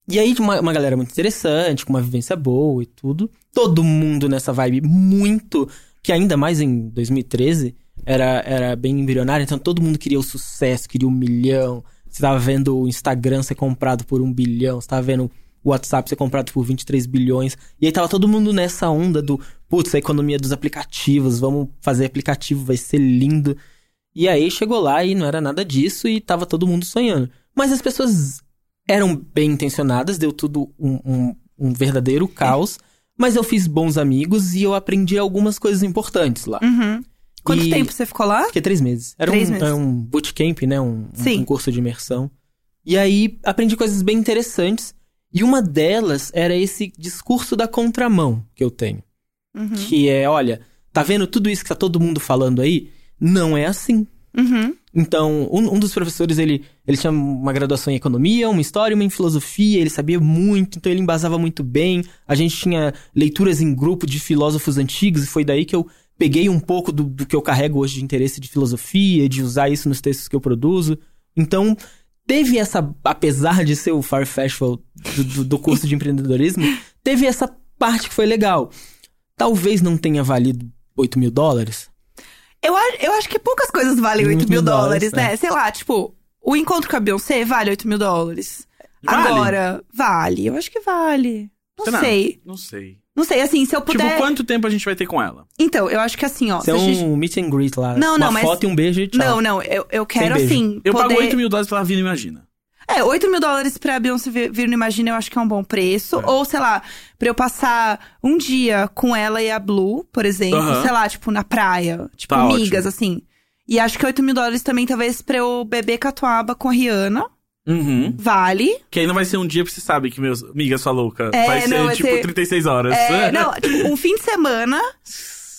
E aí, de uma, uma galera muito interessante, com uma vivência boa e tudo. Todo mundo nessa vibe muito. Que ainda mais em 2013 era, era bem embrionário, então todo mundo queria o sucesso, queria um milhão. Você tava vendo o Instagram ser comprado por um bilhão, você tava vendo o WhatsApp ser comprado por 23 bilhões. E aí tava todo mundo nessa onda do, putz, a economia dos aplicativos, vamos fazer aplicativo, vai ser lindo. E aí chegou lá e não era nada disso e tava todo mundo sonhando. Mas as pessoas eram bem intencionadas, deu tudo um, um- um verdadeiro caos. Mas eu fiz bons amigos e eu aprendi algumas coisas importantes lá. Uhum. Quanto E- tempo você ficou lá? Fiquei três meses. Era Três um, meses. Era um bootcamp, né? Um, um- Sim. um curso de imersão. E aí aprendi coisas bem interessantes. E uma delas era esse discurso da contramão que eu tenho. Uhum. Que é, olha, tá vendo tudo isso que tá todo mundo falando aí? Não é assim. Uhum. Então, um, um dos professores, ele, ele tinha uma graduação em economia, uma história, e uma em filosofia, ele sabia muito, então ele embasava muito bem. A gente tinha leituras em grupo de filósofos antigos, e foi daí que eu peguei um pouco do, do que eu carrego hoje de interesse de filosofia, de usar isso nos textos que eu produzo. Então, teve essa, apesar de ser o Far Festival do, do- do curso de empreendedorismo, teve essa parte que foi legal. Talvez não tenha valido 8 mil dólares, Eu, a- eu acho que poucas coisas valem 8 mil Mil dólares, dólares, né? Sei lá, tipo, o encontro com a Beyoncé vale 8 mil dólares. Vale? Agora, vale. Eu acho que vale. Não Sei lá. sei. Não sei. Não sei, assim, se eu puder. Tipo, quanto tempo a gente vai ter com ela? Então, eu acho que assim, ó. Isso é se a gente- um meet and greet lá. Não, uma não, mas- foto e um beijo e tchau. Não, não, eu, eu quero beijo. assim. Eu poder... pago 8 mil dólares pela Vila Imagina. É, 8 mil dólares pra Beyoncé vir vir no Imagina, eu acho que é um bom preço. Ou, sei lá, pra eu passar um dia com ela e a Blue, por exemplo. Aham. Sei lá, tipo, na praia. Tipo, Tá amigas, assim. E acho que 8 mil dólares também, talvez, pra eu beber catuaba com a Rihanna. Uhum. Vale. Que aí não vai ser um dia porque você sabe que, meus amiga, sua louca. É, vai ser não, vai tipo ser- 36 horas. É, não, tipo, um fim de semana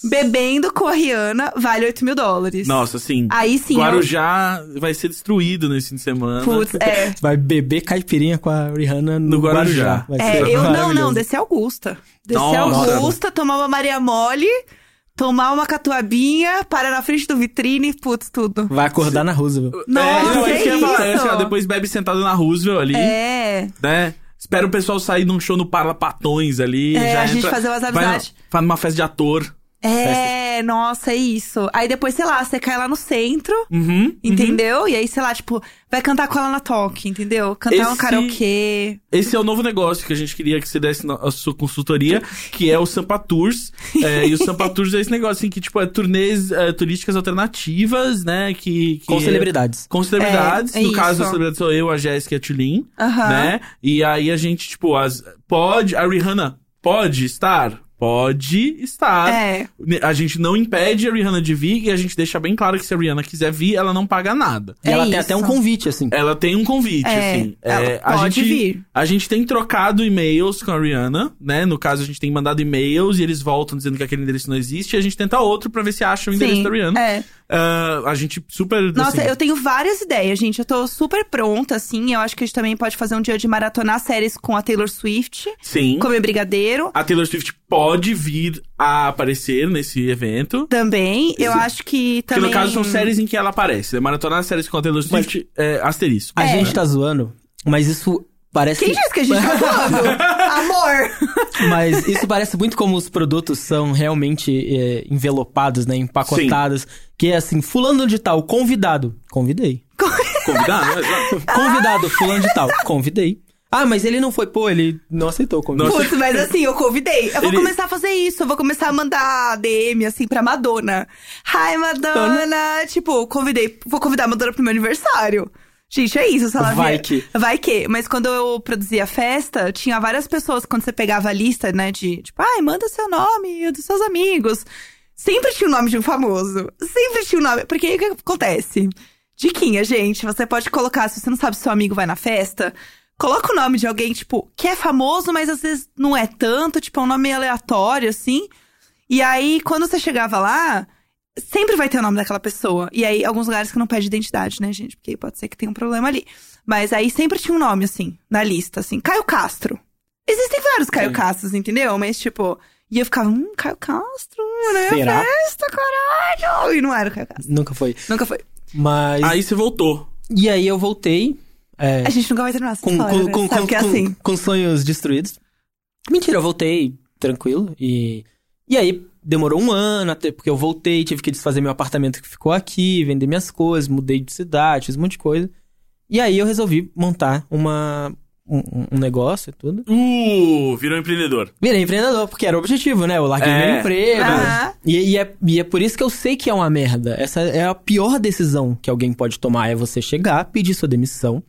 bebendo com a Rihanna vale 8 mil dólares. Nossa, assim. Aí Ah, sim. eu- Guarujá né? vai ser destruído nesse fim de semana. Putz, é. Vai beber caipirinha com a Rihanna no, No Guarujá. Guarujá. Vai É, ser eu não, maravilhoso. não, descer Augusta. Descer Nossa. Augusta, tomar uma Maria Mole, tomar uma catuabinha, parar na frente do vitrine, putz, tudo. Vai acordar na Roosevelt. Nossa, não, é, é que eu ia falar, isso. sei lá, depois bebe sentado na Roosevelt ali, É, né? Espera o pessoal sair num show no Parla Patões ali. É, já a gente entra, fazer umas vai amizades. no- Vai numa festa de ator. é, nossa, é isso. Aí depois, sei lá, você cai lá no centro, Uhum. entendeu? E aí, sei lá, tipo, vai cantar com ela na toque, entendeu? Cantar um Esse- karaokê. Esse é o novo negócio que a gente queria que você desse na a sua consultoria, que é o Sampa Tours. É, e o Sampa Tours é esse negócio assim, que, tipo, é turnês é, turísticas alternativas, né? Que, que Com celebridades. Com celebridades. É, é no caso, isso. Tá. a celebridade sou eu, a Jéssica e a Tulin, Aham. né? E aí a gente, tipo, as, pode. A Rihanna pode estar? Pode estar. É, A gente não impede a Rihanna de vir e a gente deixa bem claro que se a Rihanna quiser vir, ela não paga nada. E É ela tem isso. até um convite, assim. Ela tem um convite, É, assim. ela É, a pode gente, vir. A gente tem trocado e-mails com a Rihanna, né? No caso, a gente tem mandado e-mails e eles voltam dizendo que aquele endereço não existe. E a gente tenta outro pra ver se acha o um endereço sim. da Rihanna. É. Ah, a gente super. Nossa, assim, eu tenho várias ideias, gente. Eu tô super pronta, assim. Eu acho que a gente também pode fazer um dia de maratonar séries com a Taylor Swift, Sim. comer brigadeiro. A Taylor Swift pode vir a aparecer nesse evento. Também, eu acho Que que também. no caso são séries em que ela aparece. né? Maratonar séries com a Taylor Swift é asterisco. A gente tá zoando, mas isso parece. Quem disse que a gente tá falando? Amor! Mas isso parece muito como os produtos são realmente é, envelopados, né? Empacotados. Que é assim, fulano de tal, convidado. Convidei. Convidado, né? Exato. Convidado, fulano de tal, convidei. Ah, mas ele não foi, pô, ele não aceitou o convite. Nossa. Putz, mas assim, eu convidei. Eu vou Ele- começar a fazer isso. Eu vou começar a mandar DM, assim, pra Madonna. Hi, Madonna! Tipo, convidei. Vou convidar a Madonna pro meu aniversário. Gente, é isso, se ela Vai vier- que. Vai que. Mas quando eu produzia festa, tinha várias pessoas, quando você pegava a lista, né, de tipo, ai, manda seu nome e o dos seus amigos. Sempre tinha o nome de um famoso. Sempre tinha o nome. Porque aí o que acontece? Diquinha, gente, você pode colocar, se você não sabe se seu amigo vai na festa, coloca o nome de alguém, tipo, que é famoso, mas às vezes não é tanto, tipo, é um nome aleatório, assim. E aí, quando você chegava lá, sempre vai ter o nome daquela pessoa. E aí, alguns lugares que não pede identidade, né, gente? Porque pode ser que tenha um problema ali. Mas aí sempre tinha um nome, assim, na lista, assim, Caio Castro. Existem vários Caio Sim. Castros, entendeu? Mas, tipo, e eu ficava, hum, Caio Castro, né? Será? Festa, caralho! E não era o Caio Castro. Nunca foi. Nunca foi. Mas. Aí você voltou. E aí eu voltei. é, A gente nunca vai terminar essa com, história, com, né? com, Sabe com, que é com- assim. com sonhos destruídos. Mentira, eu voltei tranquilo. E, e aí demorou um ano até, porque eu voltei, tive que desfazer meu apartamento que ficou aqui, vender minhas coisas, mudei de cidade, fiz um monte de coisa. E aí eu resolvi montar uma, um, um- um negócio e tudo. Uh, virou empreendedor. Virei empreendedor, porque era o objetivo, né? Eu larguei É. meu emprego. Aham. E, e é, e é por isso que eu sei que é uma merda. Essa é a pior decisão que alguém pode tomar. É você chegar, pedir sua demissão,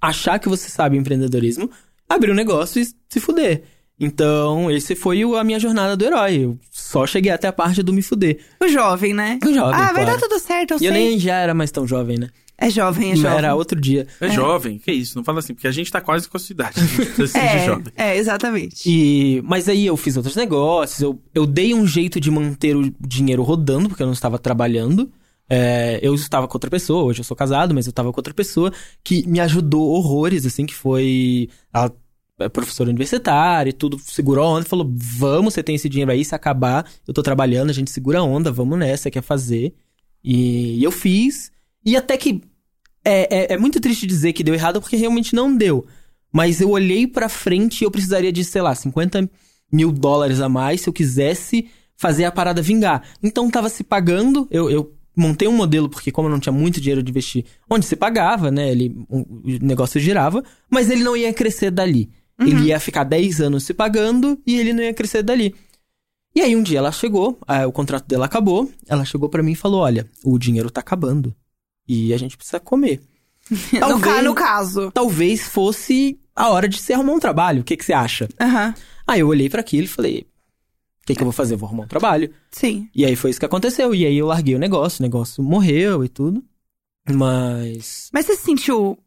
achar que você sabe empreendedorismo, abrir um negócio e se fuder. Então, esse foi o- a minha jornada do herói. Eu só cheguei até a parte do me fuder. O jovem, né? Eu jovem, ah, vai dar claro. tudo certo, eu E sei. eu nem já era mais tão jovem, né? É jovem, é Mas jovem. Era outro dia. É, jovem, que isso, não fala assim, porque a gente tá quase com a sua idade. Você se sente jovem. É, é, exatamente. E, mas aí eu fiz outros negócios, eu, eu dei um jeito de manter o dinheiro rodando, porque eu não estava trabalhando. É, eu estava com outra pessoa, hoje eu sou casado, mas eu estava com outra pessoa que me ajudou horrores, assim, que foi. Ela é professora universitária e tudo, segurou a onda e falou: vamos, você tem esse dinheiro aí, se acabar, eu tô trabalhando, a gente segura a onda, vamos nessa, quer fazer. E eu fiz. E até que. É, é, é muito triste dizer que deu errado, porque realmente não deu. Mas eu olhei pra frente e eu precisaria de, sei lá, 50 mil dólares a mais se eu quisesse fazer a parada vingar. Então tava se pagando, eu, eu montei um modelo, porque como eu não tinha muito dinheiro de investir, onde se pagava, né? Ele, o o negócio girava, mas ele não ia crescer dali. Ele ia ficar 10 anos se pagando e ele não ia crescer dali. E aí um dia ela chegou, ah, o contrato dela acabou, ela chegou pra mim e falou: "Olha, o dinheiro tá acabando e a gente precisa comer". No, ca- Talvez- no caso. Talvez fosse a hora de você arrumar um trabalho. O que, que você acha? Aham. Aí eu olhei pra aquilo e falei: o que, que eu vou fazer? Eu Vou arrumar um trabalho. Sim. E aí foi isso que aconteceu. E aí eu larguei o negócio, o negócio morreu e tudo. Mas. Mas você se sentiu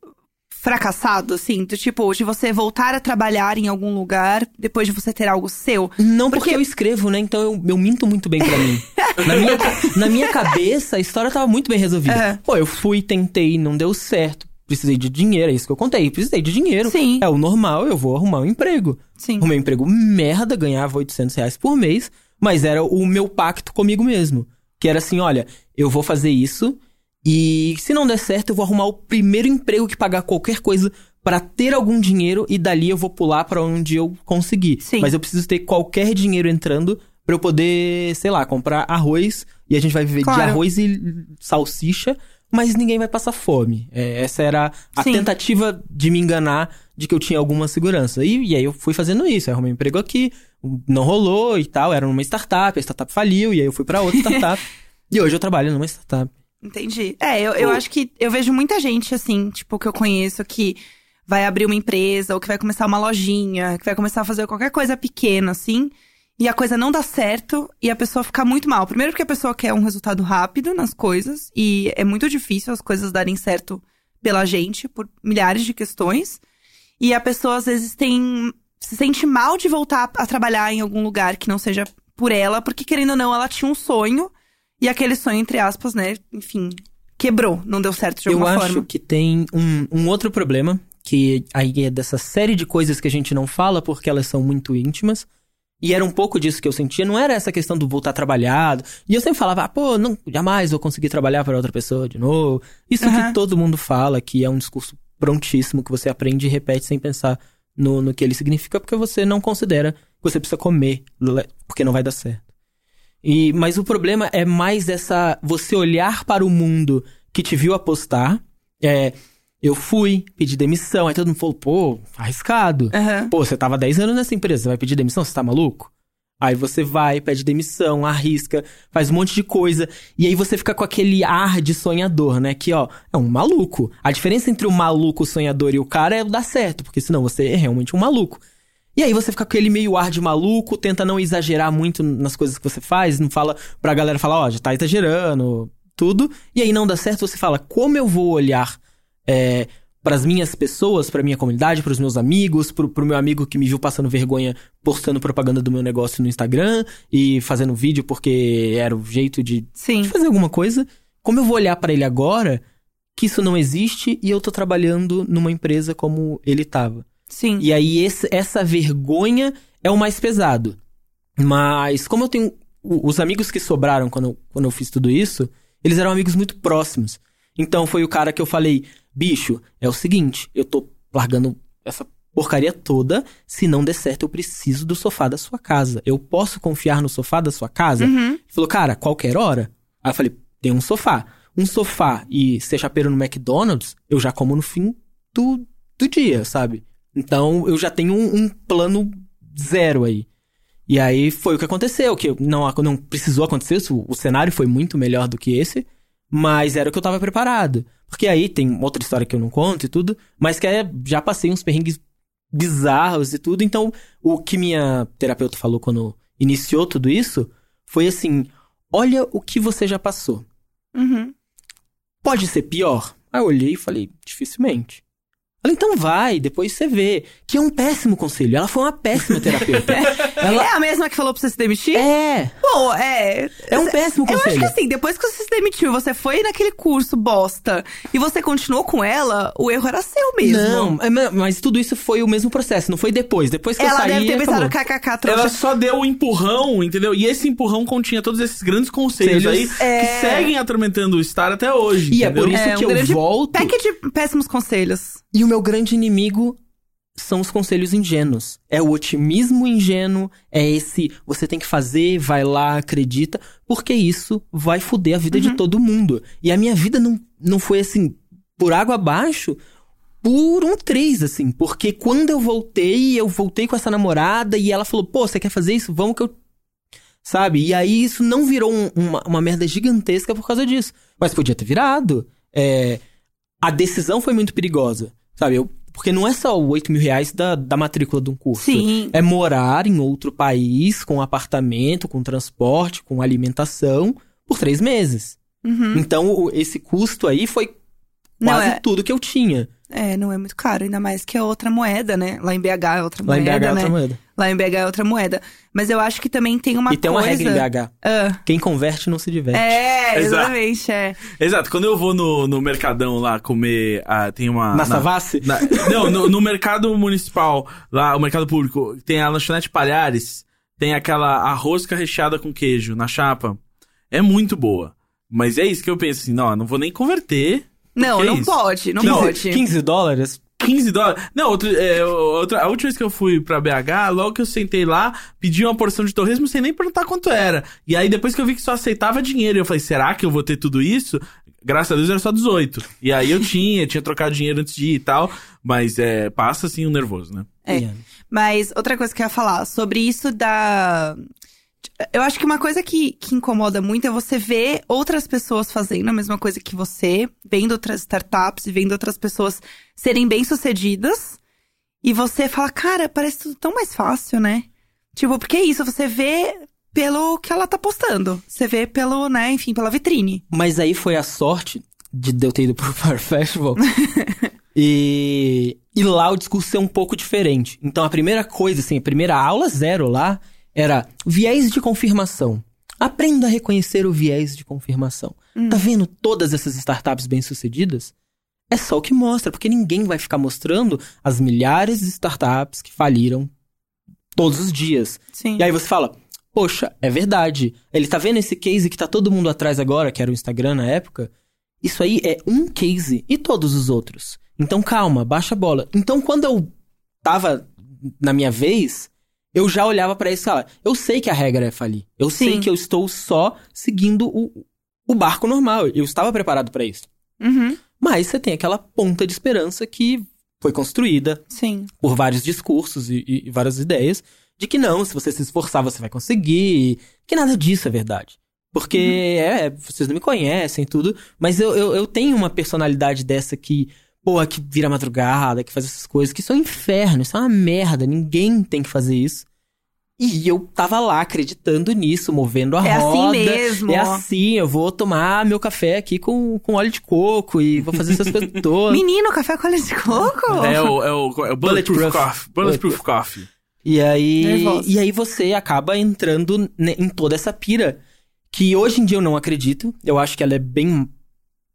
fracassado, assim? Do tipo, de você voltar a trabalhar em algum lugar depois de você ter algo seu? Não porque, Porque- eu escrevo, né? Então eu, eu minto muito bem pra mim. na, minha, ca- na minha cabeça, a história tava muito bem resolvida. Aham. Pô, eu fui, tentei, não deu certo. Precisei de dinheiro, é isso que eu contei. Precisei de dinheiro. Sim. É o normal, eu vou arrumar um emprego. Sim. O meu emprego merda, ganhava 800 reais por mês, mas era o meu pacto comigo mesmo. Que era assim, olha, eu vou fazer isso e se não der certo, eu vou arrumar o primeiro emprego que pagar qualquer coisa pra ter algum dinheiro e dali eu vou pular pra onde eu conseguir. Sim. Mas eu preciso ter qualquer dinheiro entrando pra eu poder, sei lá, comprar arroz e a gente vai viver de Claro. arroz e salsicha, mas ninguém vai passar fome. É, essa era a Sim. tentativa de me enganar de que eu tinha alguma segurança. E, e aí eu fui fazendo isso, eu arrumei um emprego aqui, não rolou e tal, era numa startup, a startup faliu, e aí eu fui pra outra startup. e hoje eu trabalho numa startup. Entendi. É, eu, eu acho que eu vejo muita gente, assim, tipo, que eu conheço que vai abrir uma empresa ou que vai começar uma lojinha, que vai começar a fazer qualquer coisa pequena, assim. E a coisa não dá certo e a pessoa fica muito mal. Primeiro porque a pessoa quer um resultado rápido nas coisas e é muito difícil as coisas darem certo pela gente por milhares de questões. E a pessoa às vezes tem se sente mal de voltar a trabalhar em algum lugar que não seja por ela, porque querendo ou não, ela tinha um sonho e aquele sonho entre aspas, né, enfim, quebrou, não deu certo de eu alguma acho forma. que tem um, um outro problema, que aí é dessa série de coisas que a gente não fala porque elas são muito íntimas. E era um pouco disso que eu sentia, não era essa questão do voltar trabalhado. E eu sempre falava, ah, pô, não, jamais vou conseguir trabalhar para outra pessoa de novo. Isso que Aham. todo mundo fala, que é um discurso prontíssimo, que você aprende e repete sem pensar no, no que ele significa, porque você não considera que você precisa comer, le- porque não vai dar certo. E, mas o problema é mais essa. Você olhar para o mundo que te viu apostar. É, eu fui, pedi demissão, aí todo mundo falou, pô, arriscado. Aham. Pô, você tava 10 anos nessa empresa, você vai pedir demissão, você tá maluco? Aí você vai, pede demissão, arrisca, faz um monte de coisa. E aí você fica com aquele ar de sonhador, né? Que, ó, é um maluco. A diferença entre o maluco, o sonhador e o cara é o dar certo, porque senão você é realmente um maluco. E aí você fica com aquele meio ar de maluco, tenta não exagerar muito nas coisas que você faz, não fala pra galera falar, ó, já tá exagerando, tudo. E aí não dá certo, você fala, como eu vou olhar é, para as minhas pessoas, para minha comunidade, para os meus amigos, pro, pro meu amigo que me viu passando vergonha postando propaganda do meu negócio no Instagram e fazendo vídeo porque era o jeito de, Sim. de fazer alguma coisa. Como eu vou olhar para ele agora que isso não existe e eu tô trabalhando numa empresa como ele tava? Sim. E aí, esse- essa vergonha é o mais pesado. Mas, como eu tenho. o- Os amigos que sobraram quando eu, quando eu fiz tudo isso, eles eram amigos muito próximos. Então, foi o cara que eu falei: bicho, é o seguinte, eu tô largando essa porcaria toda. Se não der certo, eu preciso do sofá da sua casa. Eu posso confiar no sofá da sua casa? Uhum. Ele falou, cara, qualquer hora. Aí eu falei, tem um sofá. Um sofá e ser chapeiro no McDonald's, eu já como no fim do, do dia, sabe? Então eu já tenho um, um plano zero aí. E aí foi o que aconteceu, que não, ac- não precisou acontecer isso, o cenário foi muito melhor do que esse, mas era o que eu tava preparado. Porque aí tem outra história que eu não conto e tudo, mas que é, já passei uns perrengues bizarros e tudo, então o que minha terapeuta falou quando iniciou tudo isso foi assim: olha o que você já passou. Uhum. Pode ser pior? Aí eu olhei e falei: dificilmente. Ela, então vai, depois você vê. Que é um péssimo conselho. Ela foi uma péssima terapeuta. Ela- É a mesma que falou pra você se demitir? é, Bom, é. é um péssimo Eu acho conselho. que assim, depois que você se demitiu, você foi naquele curso bosta e você continuou com ela, o erro era seu mesmo. Não, é, ma- mas tudo isso foi o mesmo processo, não foi depois. Depois que eu Ela saí. deve ter pensado acabou. kkk trouxa. Ela só deu o empurrão, entendeu? E esse empurrão continha todos esses grandes conselhos Conselhos, aí que seguem atormentando o Star até hoje. E é entendeu? por isso É, que um eu grande volto. Pack de péssimos conselhos. E o meu grande inimigo são os conselhos ingênuos. É o otimismo ingênuo, é esse você tem que fazer, vai lá, acredita, porque isso vai foder a vida de todo mundo. E a minha vida não, não foi assim, por água abaixo, por um três, assim. Porque quando eu voltei, eu voltei com essa namorada e ela falou: pô, você quer fazer isso? Vamos que eu. Sabe? E aí isso não virou um- uma, uma merda gigantesca por causa disso. Mas podia ter virado. É, a decisão foi muito perigosa, sabe? Eu, porque não é só o 8 mil reais da, da matrícula de um curso. Sim. É morar em outro país, com apartamento, com transporte, com alimentação, por três meses. Uhum. Então, o- esse custo aí foi Não, quase é- tudo que eu tinha. É, não é muito caro, ainda mais que é outra moeda, né? Lá em BH é outra Lá em BH moeda, é né? outra moeda. Lá em BH é outra moeda. Mas eu acho que também tem uma e tem uma coisa... regra em né? BH. Ah, Quem converte não se diverte. Exato. é, exatamente, é. Exato, quando eu vou no, no mercadão lá comer. ah, tem uma. Na na- Savassi? Na- não, no, no mercado municipal, lá, o mercado público, tem a lanchonete Palhares, tem aquela arrosca recheada com queijo na chapa. É muito boa. Mas é isso que eu penso assim, não, eu não vou nem converter Não, Que não isso? pode, não 15, pode. 15 dólares? 15 dólares. Não, outro, é, outra, a última vez que eu fui pra BH, logo que eu sentei lá, pedi uma porção de torresmo sem nem perguntar quanto era. E aí depois que eu vi que só aceitava dinheiro, eu falei, será que eu vou ter tudo isso? Graças a Deus era só 18. E aí eu tinha, tinha trocado dinheiro antes de ir e tal. Mas é, passa assim o nervoso, né? É. Mas outra coisa que eu ia falar, sobre isso da. Eu acho que uma coisa que, que incomoda muito é você ver outras pessoas fazendo a mesma coisa que você, vendo outras startups e vendo outras pessoas serem bem-sucedidas. E você fala, cara, parece tudo tão mais fácil, né? Tipo, porque é isso, você vê pelo que ela tá postando. Você vê pelo, né, enfim, pela vitrine. Mas aí foi a sorte de eu ter ido pro Fire Festival. e, e lá o discurso é um pouco diferente. Então a primeira coisa, assim, a primeira aula zero lá era viés de confirmação. Aprenda a reconhecer o viés de confirmação. Tá vendo todas essas startups bem-sucedidas? É só o que mostra, porque ninguém vai ficar mostrando as milhares de startups que faliram todos os dias. Sim. E aí você fala, poxa, é verdade. Ele tá vendo esse case que tá todo mundo atrás agora, que era o Instagram na época? Isso aí é um case e todos os outros. Então calma, baixa a bola. Então quando eu tava na minha vez, eu já olhava pra isso e falava, eu sei que a regra é falir. Eu sei Sim. que eu estou só seguindo o, o barco normal. Eu estava preparado pra isso. Uhum, Mas você tem aquela ponta de esperança que foi construída, sim. por vários discursos e, e- e várias ideias de que não, se você se esforçar, você vai conseguir, que nada disso é verdade. Porque Uhum. é, é, vocês não me conhecem e tudo, mas eu, eu, eu tenho uma personalidade dessa que, pô, que vira madrugada, que faz essas coisas, que isso é um inferno, isso é uma merda, ninguém tem que fazer isso. E eu tava lá acreditando nisso, movendo a É roda. assim mesmo. É assim, eu vou tomar meu café aqui com, com óleo de coco e vou fazer essas coisas todas. Menino, café com leite de coco? É o, é o, é o Bulletproof, Bulletproof. Coffee. Bulletproof Coffee. E aí, Nervosa. e aí você acaba entrando ne- em toda essa pira que hoje em dia eu não acredito. Eu acho que ela é bem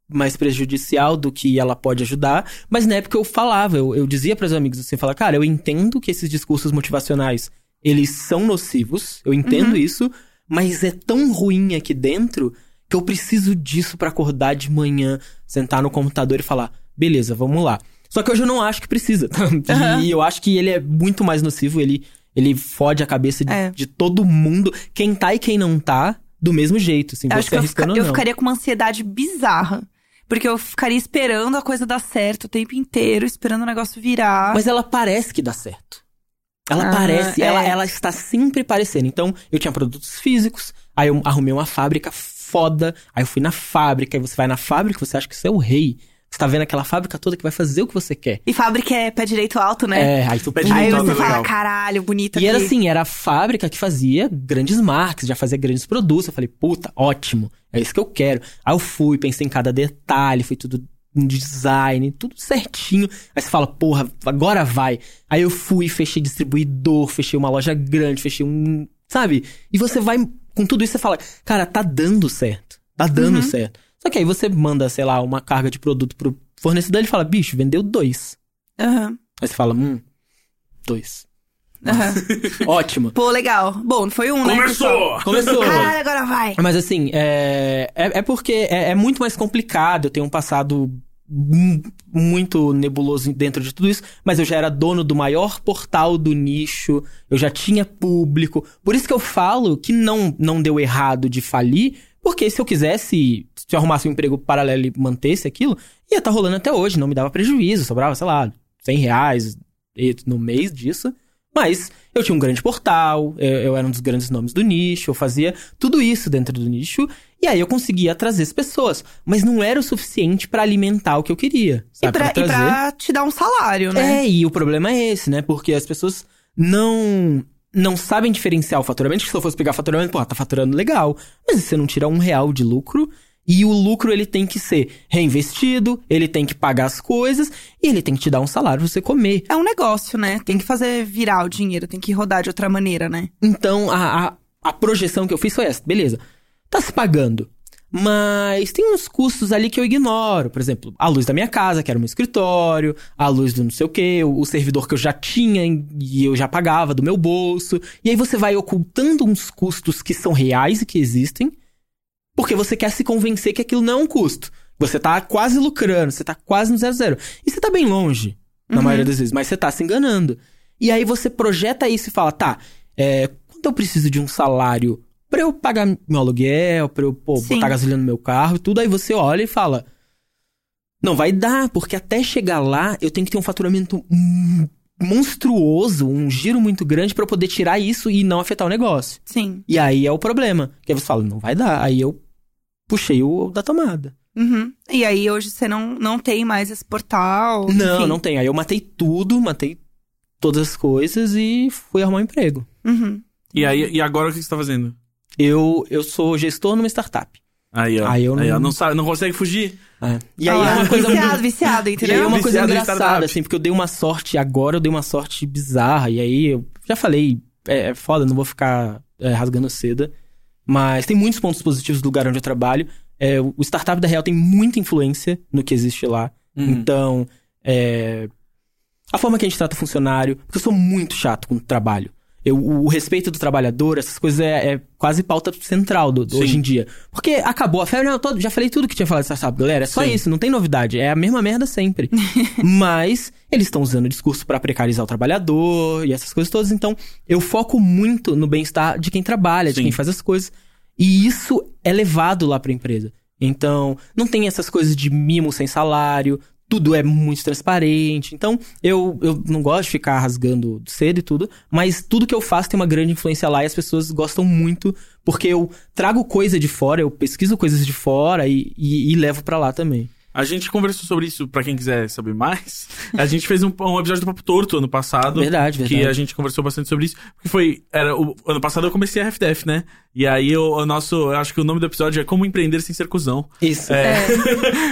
mais prejudicial do que ela pode ajudar. Mas na época eu falava, eu, eu dizia para os amigos assim, falar, cara, eu entendo que esses discursos motivacionais eles são nocivos, eu entendo isso, mas é tão ruim aqui dentro que eu preciso disso pra acordar de manhã, sentar no computador e falar, beleza, vamos lá. Só que hoje eu não acho que precisa. tá? Aham. E eu acho que ele é muito mais nocivo, ele, ele fode a cabeça de, É. de todo mundo, quem tá e quem não tá, do mesmo jeito, assim, Eu acho você que eu, arriscando fica- eu ou não. ficaria com uma ansiedade bizarra. Porque eu ficaria esperando a coisa dar certo o tempo inteiro, esperando o negócio virar. Mas ela parece que dá certo. Ela Ah, parece, é. ela, ela está sempre parecendo. Então, eu tinha produtos físicos, aí eu arrumei uma fábrica foda, aí eu fui na fábrica, aí você vai na fábrica, você acha que você é o rei. Você tá vendo aquela fábrica toda que vai fazer o que você quer. E fábrica é pé direito alto, né? É, aí tu Pé pede direito Aí Legal, você legal. fala, caralho, bonito E era aqui." assim, era a fábrica que fazia grandes marcas, já fazia grandes produtos. Eu falei, puta, ótimo, é isso que eu quero. Aí eu fui, pensei em cada detalhe, foi tudo em design, tudo certinho. Aí você fala, porra, agora vai. Aí eu fui, fechei distribuidor, fechei uma loja grande, fechei um. Sabe? E você vai, com tudo isso, você fala, cara, tá dando certo. Tá dando certo. Só que aí você manda, sei lá, uma carga de produto pro fornecedor, ele fala, bicho, vendeu dois. Aham, Aí você fala, hum, dois. aham. Ótimo. Pô, legal. Bom, foi um, né? pessoal? Começou! Começou! Caralho, agora vai. Mas assim, é, é, é porque é, é muito mais complicado. Eu tenho um passado mu- muito nebuloso dentro de tudo isso, mas eu já era dono do maior portal do nicho, eu já tinha público. Por isso que eu falo que não, não deu errado de falir, porque se eu quisesse, se eu arrumasse um emprego paralelo e mantesse aquilo, ia estar rolando até hoje, não me dava prejuízo, sobrava, sei lá, 100 reais e- no mês disso. Mas eu tinha um grande portal, eu, eu era um dos grandes nomes do nicho, eu fazia tudo isso dentro do nicho. E aí eu conseguia trazer as pessoas, mas não era o suficiente pra alimentar o que eu queria, E sabe? pra, e trazer. pra te dar um salário, né? É, e o problema é esse, né? Porque as pessoas não não sabem diferenciar o faturamento. que Se eu fosse pegar faturamento, porra, tá faturando legal. Mas você não tira um real de lucro. E o lucro, ele tem que ser reinvestido, ele tem que pagar as coisas. E ele tem que te dar um salário pra você comer. É. um negócio, né? Tem que fazer virar o dinheiro, tem que rodar de outra maneira, né? Então, a, a, a projeção que eu fiz foi essa. Beleza, tá se pagando. Mas tem uns custos ali que eu ignoro. Por exemplo, a luz da minha casa, que era o meu escritório, a luz do não sei o quê, o, o servidor que eu já tinha e eu já pagava do meu bolso. E aí você vai ocultando uns custos que são reais e que existem, porque você quer se convencer que aquilo não é um custo. Você tá quase lucrando, você tá quase no zero zero. E você tá bem longe, na Uhum. maioria das vezes, mas você tá se enganando. E aí você projeta isso e fala, tá, é, quanto eu preciso de um salário pra eu pagar meu aluguel, pra eu pô, Sim. botar gasolina no meu carro e tudo? Aí você olha e fala, não vai dar, porque até chegar lá eu tenho que ter um faturamento hum, monstruoso, um giro muito grande pra eu poder tirar isso e não afetar o negócio. Sim. E aí é o problema, que aí você fala, não vai dar. Aí eu puxei o da tomada. Uhum. E aí hoje você não, não tem mais esse portal. não, enfim. não tem. Aí eu matei tudo, matei todas as coisas e fui arrumar um emprego. Uhum. E, aí, e agora o que você tá fazendo? Eu, eu sou gestor numa startup. Aí, ó. Aí eu ó, não- não, sabe, não consegue fugir? E aí Ah, é uma coisa viciado, muito... viciado, E aí é entendeu? uma coisa Viciado em startup. engraçada, assim, porque eu dei uma sorte, agora eu dei uma sorte bizarra. E aí, eu já falei, é, é foda, não vou ficar é, rasgando seda. Mas tem muitos pontos positivos do lugar onde eu trabalho. É, o startup da Real tem muita influência no que existe lá. Uhum. Então, é, a forma que a gente trata o funcionário, porque eu sou muito chato com o trabalho. Eu, o, o respeito do trabalhador, essas coisas é, é quase pauta central do- do- Sim. hoje em dia. Porque acabou a febre, não, todo- já falei tudo que tinha falado dessa startup, galera. É só Sim. isso, não tem novidade. É a mesma merda sempre. Mas eles estão usando o discurso pra precarizar o trabalhador e essas coisas todas. Então, eu foco muito no bem-estar de quem trabalha, de Sim. quem faz as coisas. E isso é levado lá pra empresa. Então, não tem essas coisas de mimo sem salário, tudo é muito transparente. Então, eu, eu não gosto de ficar rasgando cedo e tudo, mas tudo que eu faço tem uma grande influência lá e as pessoas gostam muito, porque eu trago coisa de fora, eu pesquiso coisas de fora e, e- e levo pra lá também. A gente conversou sobre isso, pra quem quiser saber mais. A gente fez um, um episódio do Papo Torto ano passado. Verdade, verdade. Que a gente conversou bastante sobre isso. Porque foi. Era, o, ano passado eu comecei a FDF, né? E aí eu- o nosso. Eu acho que o nome do episódio é Como Empreender Sem Ser Cusão. Isso.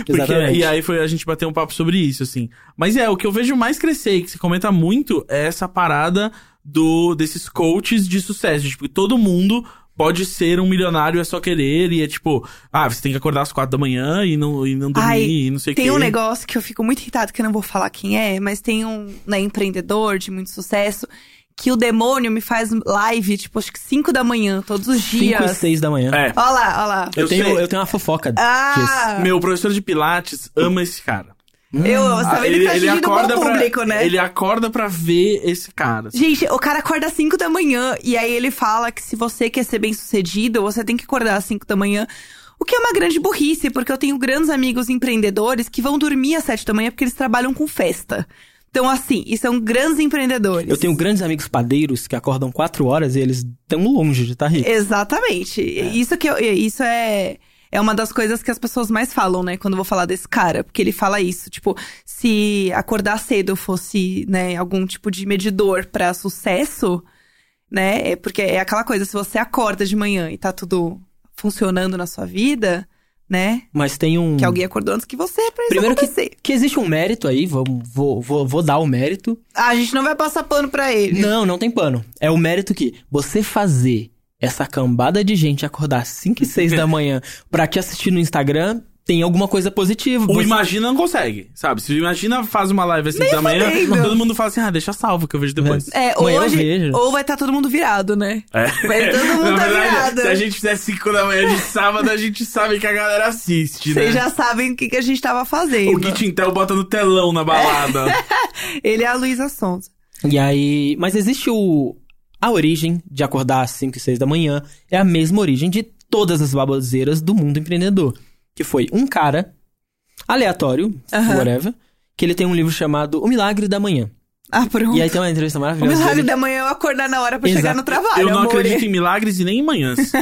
Porque- Exatamente. e aí foi a gente bater um papo sobre isso, assim. Mas é, o que eu vejo mais crescer e que se comenta muito é essa parada do desses coaches de sucesso. Tipo, todo mundo pode ser um milionário, é só querer. E é tipo, ah, você tem que acordar às quatro da manhã e não, e não dormir Ai, e não sei o quê. Tem um negócio que eu fico muito irritado, que eu não vou falar quem é, mas tem um né, empreendedor de muito sucesso que o demônio me faz live, tipo, acho que 5 da manhã, todos os 5 e dias. 6 da manhã. É. Olha lá, olha lá. Eu Eu, tenho, sei. eu tenho uma fofoca Ah! Meu professor de Pilates ama esse cara. Ah, Eu, eu sabia ele, tá atingindo o bom público, pra, né? Ele acorda pra ver esse cara. Gente, o cara acorda às 5 da manhã e aí ele fala que se você quer ser bem sucedido, você tem que acordar às 5 da manhã. O que é uma grande burrice, porque eu tenho grandes amigos empreendedores que vão dormir às 7 da manhã porque eles trabalham com festa. Então, assim, e são grandes empreendedores. Eu tenho grandes amigos padeiros que acordam 4 horas e eles estão longe de estar rico. Exatamente. Isso que eu- isso é é uma das coisas que as pessoas mais falam, né, quando eu vou falar desse cara, porque ele fala isso, tipo, se acordar cedo fosse, né, algum tipo de medidor pra sucesso, né? É porque é aquela coisa, se você acorda de manhã e tá tudo funcionando na sua vida, né? Mas tem um. Que alguém acordou antes que você pra isso Primeiro que- acontecer. Que existe um mérito aí, vamos- vou, vou, vou dar o mérito. Ah, a gente não vai passar pano pra ele. Não, não tem pano. É o mérito que você fazer essa cambada de gente acordar 5 e 6 da manhã pra te assistir no Instagram tem alguma coisa positiva. O Você- Imagina não consegue, sabe? Se o Imagina faz uma live às 5 da manhã, fodendo. todo mundo fala assim, ah, deixa salvo que eu vejo depois. É. É, Amanhã eu hoje vejo. ou vai estar todo mundo virado, né? É. Vai todo mundo Na tá verdade, virado. Se a gente fizer 5 da manhã de sábado, a gente sabe que a galera assiste, né? Vocês já sabem o que, que a gente tava fazendo. O Git Intel bota no telão na balada. Ele é a Luísa Sonza. E aí. Mas existe o. A origem de acordar às 5 e 6 da manhã é a mesma origem de todas as baboseiras do mundo empreendedor. Que foi um cara aleatório, Aham. whatever, que ele tem um livro chamado O Milagre da Manhã. Ah, pronto. E aí tem uma entrevista o maravilhosa. milagre dele. da manhã é eu acordar na hora pra chegar Exato. no trabalho, eu não amor. acredito em milagres e nem em manhãs.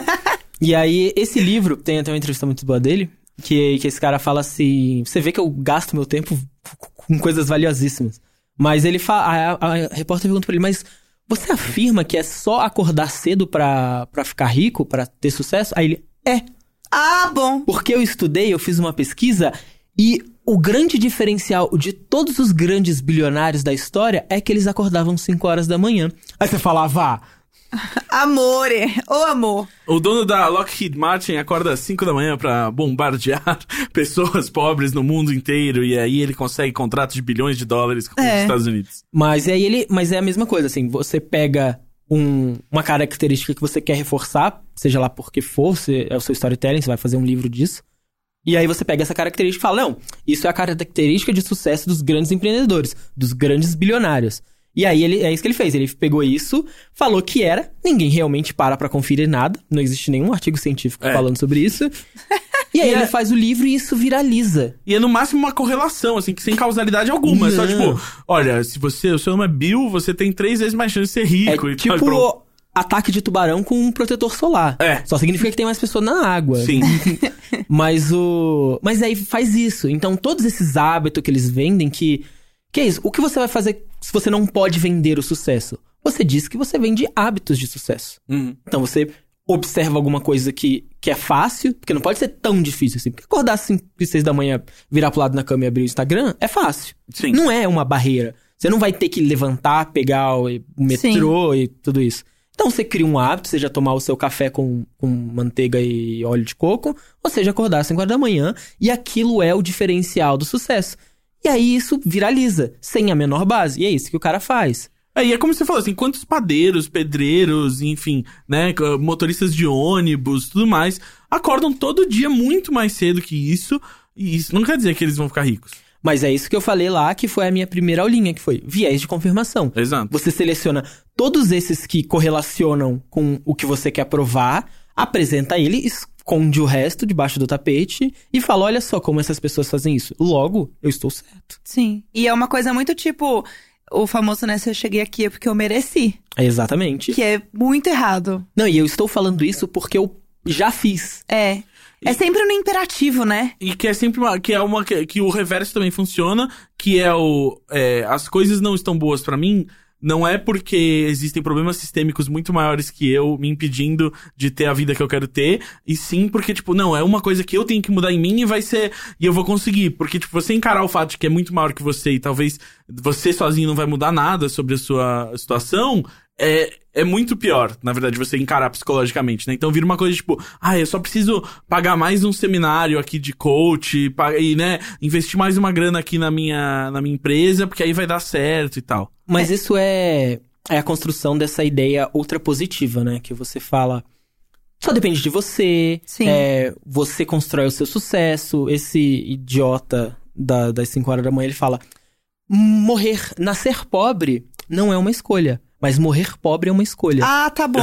E aí, esse livro, tem até uma entrevista muito boa dele, que, que esse cara fala assim: você vê que eu gasto meu tempo com coisas valiosíssimas. Mas ele fala. A, a repórter pergunta pra ele, mas você afirma que é só acordar cedo pra, pra ficar rico, pra ter sucesso? Aí ele, é. Ah, bom. Porque eu estudei, eu fiz uma pesquisa e o grande diferencial de todos os grandes bilionários da história é que eles acordavam 5 horas da manhã. Aí você fala, vá. Amore. Ô, amor. O dono da Lockheed Martin acorda às 5 da manhã pra bombardear pessoas pobres no mundo inteiro e aí ele consegue contratos de bilhões de dólares com os É. Estados Unidos. Mas aí ele. Mas é a mesma coisa, assim, você pega um- uma característica que você quer reforçar, seja lá por que for, se é o seu storytelling, você vai fazer um livro disso. E aí você pega essa característica e fala: não, isso é a característica de sucesso dos grandes empreendedores, dos grandes bilionários. E aí ele, é isso que ele fez. Ele pegou isso, falou que era, ninguém realmente para pra conferir nada, não existe nenhum artigo científico É. falando sobre isso. E aí ele faz o livro e isso viraliza. E é no máximo uma correlação, assim, que sem causalidade alguma. É só Não. tipo, olha, se você, o seu nome é Bill, você tem três vezes mais chance de ser rico. É e tal, e tipo pronto. ataque de tubarão com um protetor solar. É. Só significa que tem mais pessoas na água. Sim. Mas o. Mas aí faz isso. Então, todos esses hábitos que eles vendem, que. Que é isso? O que você vai fazer se você não pode vender o sucesso? Você diz que você vende hábitos de sucesso. Uhum. Então você observa alguma coisa que, que é fácil, porque não pode ser tão difícil assim. Porque acordar às 5 e 6 da manhã, virar pro lado na cama e abrir o Instagram é fácil. Sim. Não é uma barreira. Você não vai ter que levantar, pegar o e- o metrô e tudo isso. Então você cria um hábito, seja tomar o seu café com, com manteiga e óleo de coco, ou seja, acordar às 5 horas da manhã, e aquilo é o diferencial do sucesso. E aí isso viraliza, sem a menor base. E é isso que o cara faz. É, e é como você falou, assim, quantos padeiros, pedreiros, enfim, né, c- motoristas de ônibus, tudo mais, acordam todo dia muito mais cedo que isso, e isso não quer dizer que eles vão ficar ricos. Mas é isso que eu falei lá, que foi a minha primeira aulinha, que foi viés de confirmação. Exato. Você seleciona todos esses que correlacionam com o que você quer provar, apresenta ele, esconde o resto debaixo do tapete e fala: olha só como essas pessoas fazem isso. Logo, eu estou certo. Sim. E é uma coisa muito tipo o famoso, né? Se eu cheguei aqui é porque eu mereci. É Exatamente. Que é muito errado. Não, e eu estou falando isso porque eu já fiz. É. É sempre no imperativo, né? E que é sempre uma, que é uma que, que o reverso também funciona, que é o é, as coisas não estão boas pra mim, não é porque existem problemas sistêmicos muito maiores que eu me impedindo de ter a vida que eu quero ter, e sim porque tipo, não, é uma coisa que eu tenho que mudar em mim e vai ser e eu vou conseguir, porque tipo, você encarar o fato de que é muito maior que você e talvez você sozinho não vai mudar nada sobre a sua situação, é, é muito pior, na verdade, você encarar psicologicamente, né? Então vira uma coisa tipo, ah, eu só preciso pagar mais um seminário aqui de coach pa- e, né, investir mais uma grana aqui na minha, na minha empresa, porque aí vai dar certo e tal. Mas isso é, é a construção dessa ideia ultrapositiva, né? Que você fala. Só depende de você. Sim. é, você constrói o seu sucesso. Esse idiota da- das 5 horas da manhã, ele fala: morrer, nascer pobre não é uma escolha. Mas morrer pobre é uma escolha. Ah, tá bom.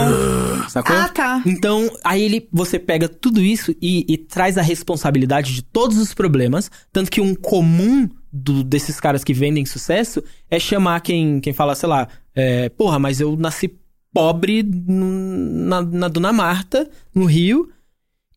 sacou? Ah, tá. Então, aí ele, você pega tudo isso e, e traz a responsabilidade de todos os problemas. Tanto que um comum do- desses caras que vendem sucesso é chamar quem, quem fala, sei lá, é, porra, mas eu nasci pobre num- na, na Dona Marta, no Rio.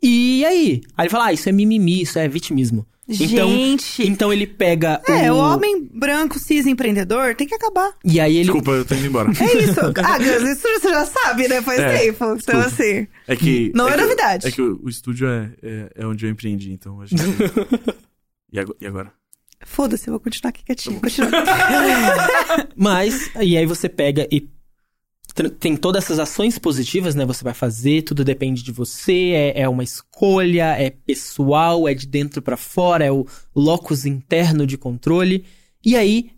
E aí? Aí ele fala, ah, isso é mimimi, isso é vitimismo. Então- Gente. Então ele pega É, o... o homem branco, cis, empreendedor, tem que acabar. E aí ele... Desculpa, eu tô indo embora. É isso. ah, Gus, isso você já sabe, né? Faz É, tempo. Então, desculpa. assim. É que. Não é que- novidade. É que o, o estúdio é, é, é onde eu empreendi, então a gente. e ago- e agora? Foda-se, eu vou continuar aqui quietinho. Continua. Mas, e aí você pega e tr- tem todas essas ações positivas, né? Você vai fazer, tudo depende de você, é, é uma escolha, é pessoal, é de dentro pra fora, é o locus interno de controle. E aí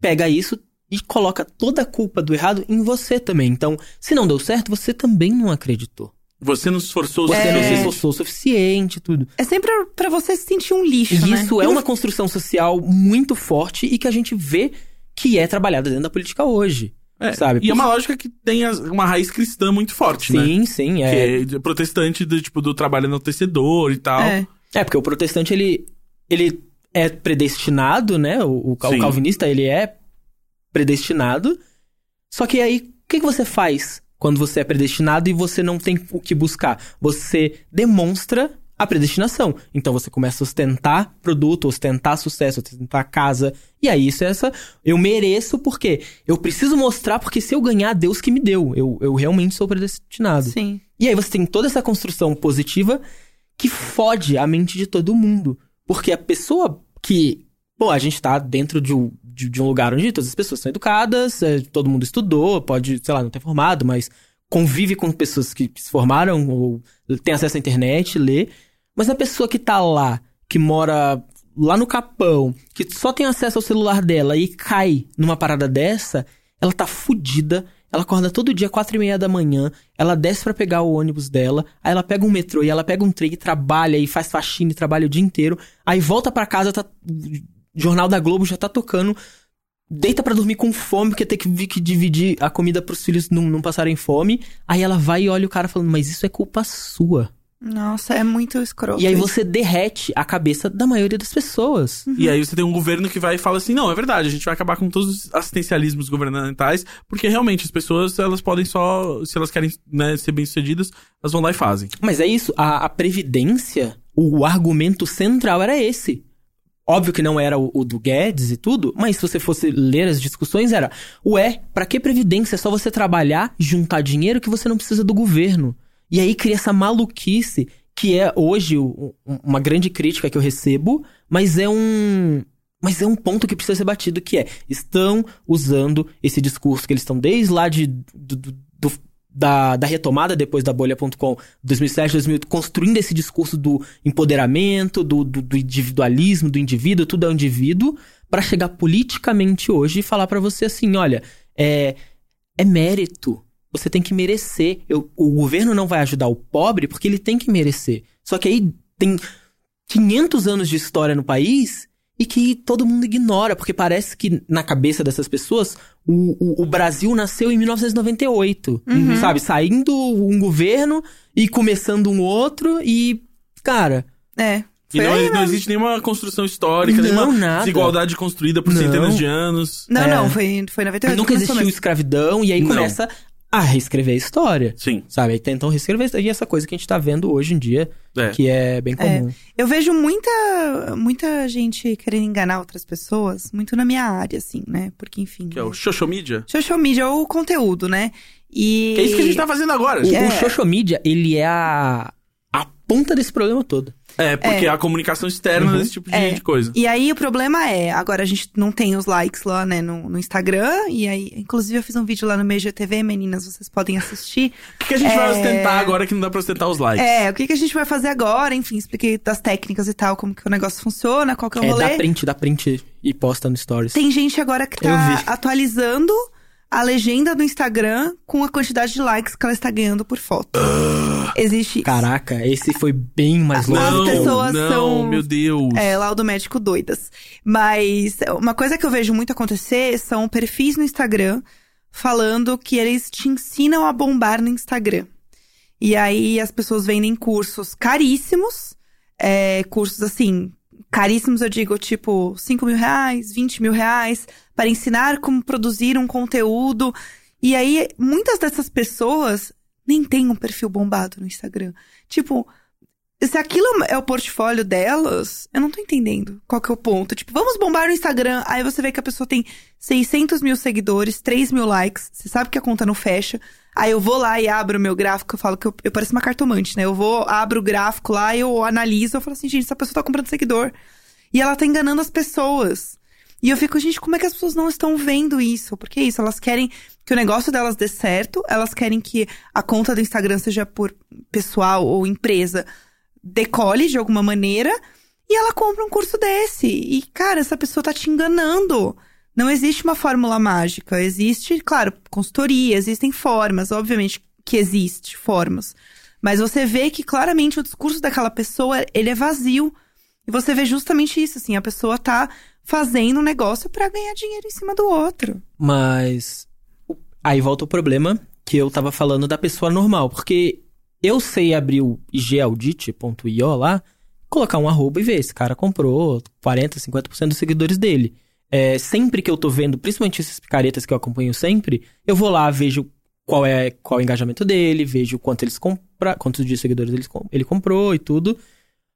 pega isso e coloca toda a culpa do errado em você também. Então, se não deu certo, você também não acreditou. Você não se esforçou é. o Você não se suficiente. esforçou o suficiente, tudo. É sempre pra você se sentir um lixo, E né? isso é uma construção social muito forte e que a gente vê que é trabalhada dentro da política hoje. É, sabe? E é uma lógica que tem as- uma raiz cristã muito forte, né? Sim, sim, é. Que é protestante do, tipo, do trabalho enaltecedor e tal. É. É, porque o protestante, ele, ele é predestinado, né? O, o ca- o Sim. calvinista, ele é predestinado. Só que aí, o que, que você faz Quando você é predestinado e você não tem o que buscar. Você demonstra a predestinação. Então você começa a ostentar produto, ostentar sucesso, ostentar casa. E aí isso é essa. Eu mereço porque eu preciso mostrar porque se eu ganhar, Deus que me deu. Eu, eu realmente sou predestinado. Sim. E aí você tem toda essa construção positiva que fode a mente de todo mundo. Porque a pessoa que. Pô, a gente tá dentro de um, de, de um lugar onde todas as pessoas são educadas, eh, todo mundo estudou, pode, sei lá, não ter formado, mas convive com pessoas que se formaram ou tem acesso à internet, lê. Mas a pessoa que tá lá, que mora lá no capão, que só tem acesso ao celular dela e cai numa parada dessa, ela tá fudida. Ela acorda todo dia, quatro e meia da manhã, ela desce pra pegar o ônibus dela, aí ela pega um metrô e ela pega um trem e trabalha e faz faxina e trabalha o dia inteiro, aí volta pra casa, tá... o Jornal da Globo já tá tocando, deita pra dormir com fome, porque tem que, vi- que dividir a comida pros filhos não, não passarem fome, aí ela vai e olha o cara falando, mas isso é culpa sua. Nossa, é muito escroto. E aí isso. você derrete a cabeça da maioria das pessoas. E aí você tem um governo que vai e fala assim, não, é verdade, a gente vai acabar com todos os assistencialismos governamentais, porque realmente as pessoas, elas podem só, se elas querem né, ser bem-sucedidas, elas vão lá e fazem. Mas é isso, a, a Previdência, o, argumento central era esse. Óbvio que não era o, o do Guedes e tudo, mas se você fosse ler as discussões, era: ué, pra que Previdência? É só você trabalhar, juntar dinheiro que você não precisa do governo. E aí cria essa maluquice, que é hoje o- um- uma grande crítica que eu recebo, mas é um. Mas é um ponto que precisa ser batido, que é, estão usando esse discurso que eles estão desde lá de, do- do- do, da, da retomada depois da bolha.com 2007, 2008, construindo esse discurso do empoderamento, do, do, do individualismo, do indivíduo, tudo é um indivíduo, pra chegar politicamente hoje e falar pra você assim, olha, é, é mérito, você tem que merecer, Eu- o governo não vai ajudar o pobre porque ele tem que merecer. Só que aí tem 500 anos de história no país e que todo mundo ignora, porque parece que na cabeça dessas pessoas o, o- o Brasil nasceu em 1998, Uhum. sabe? Saindo um governo e começando um outro e, cara, É. E Foi não, aí não existe nenhuma construção histórica, não nenhuma nada. desigualdade construída por Não. centenas de anos. Não, É. não, foi, foi 98. nunca Então, começou existiu mesmo. escravidão e aí Não. começa a reescrever a história. Sim, Sabe, aí tentam reescrever e essa coisa que a gente tá vendo hoje em dia, é. que é bem comum. Eu vejo muita, muita gente querendo enganar outras pessoas, muito na minha área, assim, né? Porque, enfim. Que é o social media. Social media é o conteúdo, né? E. Que é isso que a gente tá fazendo agora. O, É. o social media, ele é a, a ponta desse problema todo. É, porque a comunicação externa Uhum. desse tipo de, É. de coisa. E aí o problema é, agora a gente não tem os likes lá, né, no, no Instagram. E aí, inclusive, eu fiz um vídeo lá no meu GTV, meninas, vocês podem assistir. O que, que a gente vai É. ostentar agora que não dá pra ostentar os likes? É, o que, que a gente vai fazer agora? Enfim, expliquei das técnicas e tal, como que o negócio funciona, qual que é o é, rolê. dá print, dá print e posta no stories. Tem gente agora que Eu tá atualizando a legenda do Instagram com a quantidade de likes que ela está ganhando por foto. Ah, Existe. isso. Caraca, esse foi bem mais As Não, longe. pessoas não, são- meu Deus. É, laudo médico doidas. Mas uma coisa que eu vejo muito acontecer são perfis no Instagram falando que eles te ensinam a bombar no Instagram. E aí as pessoas vendem cursos caríssimos, é, cursos assim, caríssimos eu digo tipo 5 mil reais, 20 mil reais, para ensinar como produzir um conteúdo. E aí muitas dessas pessoas nem têm um perfil bombado no Instagram. Tipo, se aquilo é o portfólio delas, eu não tô entendendo qual que é o ponto. Tipo, vamos bombar no Instagram, aí você vê que a pessoa tem 600 mil seguidores, 3 mil likes, você sabe que a conta não fecha. Aí eu vou lá e abro o meu gráfico, eu falo que eu, eu pareço uma cartomante, né? Eu vou, abro o gráfico lá, eu analiso, eu falo assim, gente, essa pessoa tá comprando seguidor. E ela tá enganando as pessoas. E eu fico, gente, como é que as pessoas não estão vendo isso? Porque é isso, elas querem que o negócio delas dê certo, elas querem que a conta do Instagram seja por pessoal ou empresa decole de alguma maneira e ela compra um curso desse. E, cara, essa pessoa tá te enganando. Não existe uma fórmula mágica. Existe, claro, consultoria, existem formas, obviamente que existe formas. Mas você vê que claramente o discurso daquela pessoa, ele é vazio. E você vê justamente isso, assim, a pessoa tá fazendo um negócio pra ganhar dinheiro em cima do outro. Mas o- aí volta o problema que eu tava falando da pessoa normal, porque eu sei abrir o igaudit.io lá, colocar um arroba e ver, esse cara comprou 40, 50% dos seguidores dele. É, sempre que eu tô vendo, principalmente esses picaretas que eu acompanho sempre, eu vou lá, vejo qual é qual é o engajamento dele, vejo quanto eles compraram, quantos de seguidores eles com- ele comprou e tudo.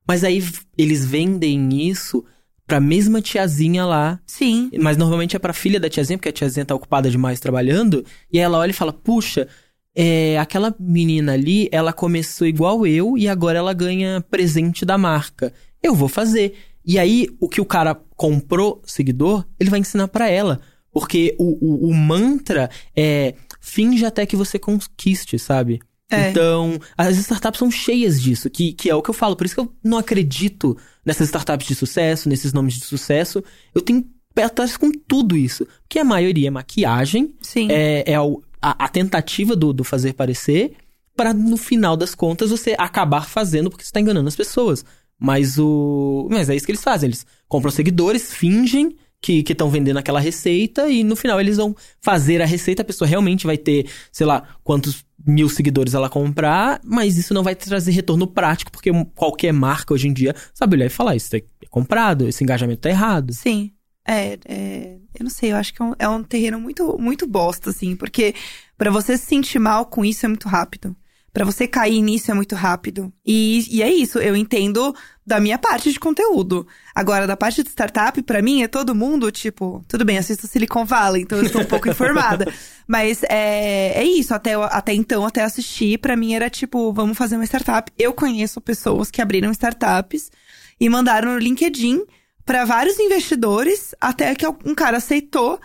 Mas aí v- eles vendem isso pra mesma tiazinha lá. Sim. Mas normalmente é pra filha da tiazinha, porque a tiazinha tá ocupada demais trabalhando. E aí ela olha e fala: Puxa, é, aquela menina ali, ela começou igual eu e agora ela ganha presente da marca. Eu vou fazer. E aí, o que o cara comprou, seguidor, ele vai ensinar pra ela. Porque o, o- o mantra é finge até que você conquiste, sabe? É. Então, as startups são cheias disso, que, que é o que eu falo. Por isso que eu não acredito nessas startups de sucesso, nesses nomes de sucesso. Eu tenho pé atrás com tudo isso. Porque a maioria é maquiagem, Sim. é, é o- a, a tentativa do, do fazer parecer, para no final das contas você acabar fazendo porque você está enganando as pessoas. Mas o. Mas é isso que eles fazem. Eles compram seguidores, fingem que estão vendendo aquela receita e no final eles vão fazer a receita. A pessoa realmente vai ter, sei lá, quantos mil seguidores ela comprar, mas isso não vai trazer retorno prático, porque qualquer marca hoje em dia sabe olhar e falar: isso é comprado, esse engajamento tá errado. Sim. É, é, eu não sei, eu acho que é um, é um terreno muito, muito bosta, assim, porque pra você se sentir mal com isso é muito rápido. Pra você cair nisso é muito rápido. E, e é isso, eu entendo da minha parte de conteúdo. Agora, da parte de startup, pra mim é todo mundo, tipo, tudo bem, assisto Silicon Valley, então eu estou um pouco informada. Mas é, é isso, até, eu- até então, até assistir, pra mim era tipo, vamos fazer uma startup. Eu conheço pessoas que abriram startups e mandaram no LinkedIn para vários investidores, até que um cara aceitou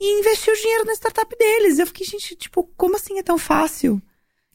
e investiu dinheiro na startup deles. Eu fiquei, gente, tipo, como assim é tão fácil?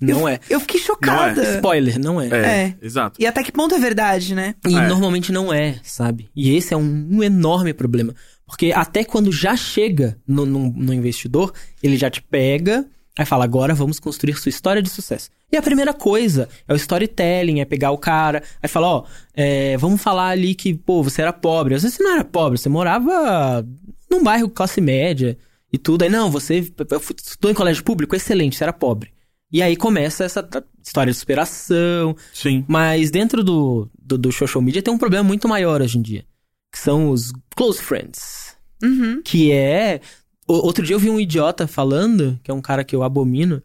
Não é. Eu fiquei chocada. Spoiler, não é. É. Exato. E até que ponto é verdade, né? E É. normalmente não é, sabe? E esse é um, um enorme problema. Porque até quando já chega no, no- no investidor, ele já te pega, aí fala, agora vamos construir sua história de sucesso. E a primeira coisa é o storytelling, é pegar o cara, aí fala, ó, é, vamos falar ali que, pô, você era pobre. Às vezes você não era pobre, você morava num bairro classe média e tudo. Aí, não, você eu fui- estudou em colégio público, excelente, você era pobre. E aí começa essa tra- história de superação, Sim. mas dentro do, do, do social media tem um problema muito maior hoje em dia. Que são os close friends. Uhum. Que é. o- outro dia eu vi um idiota falando, que é um cara que eu abomino,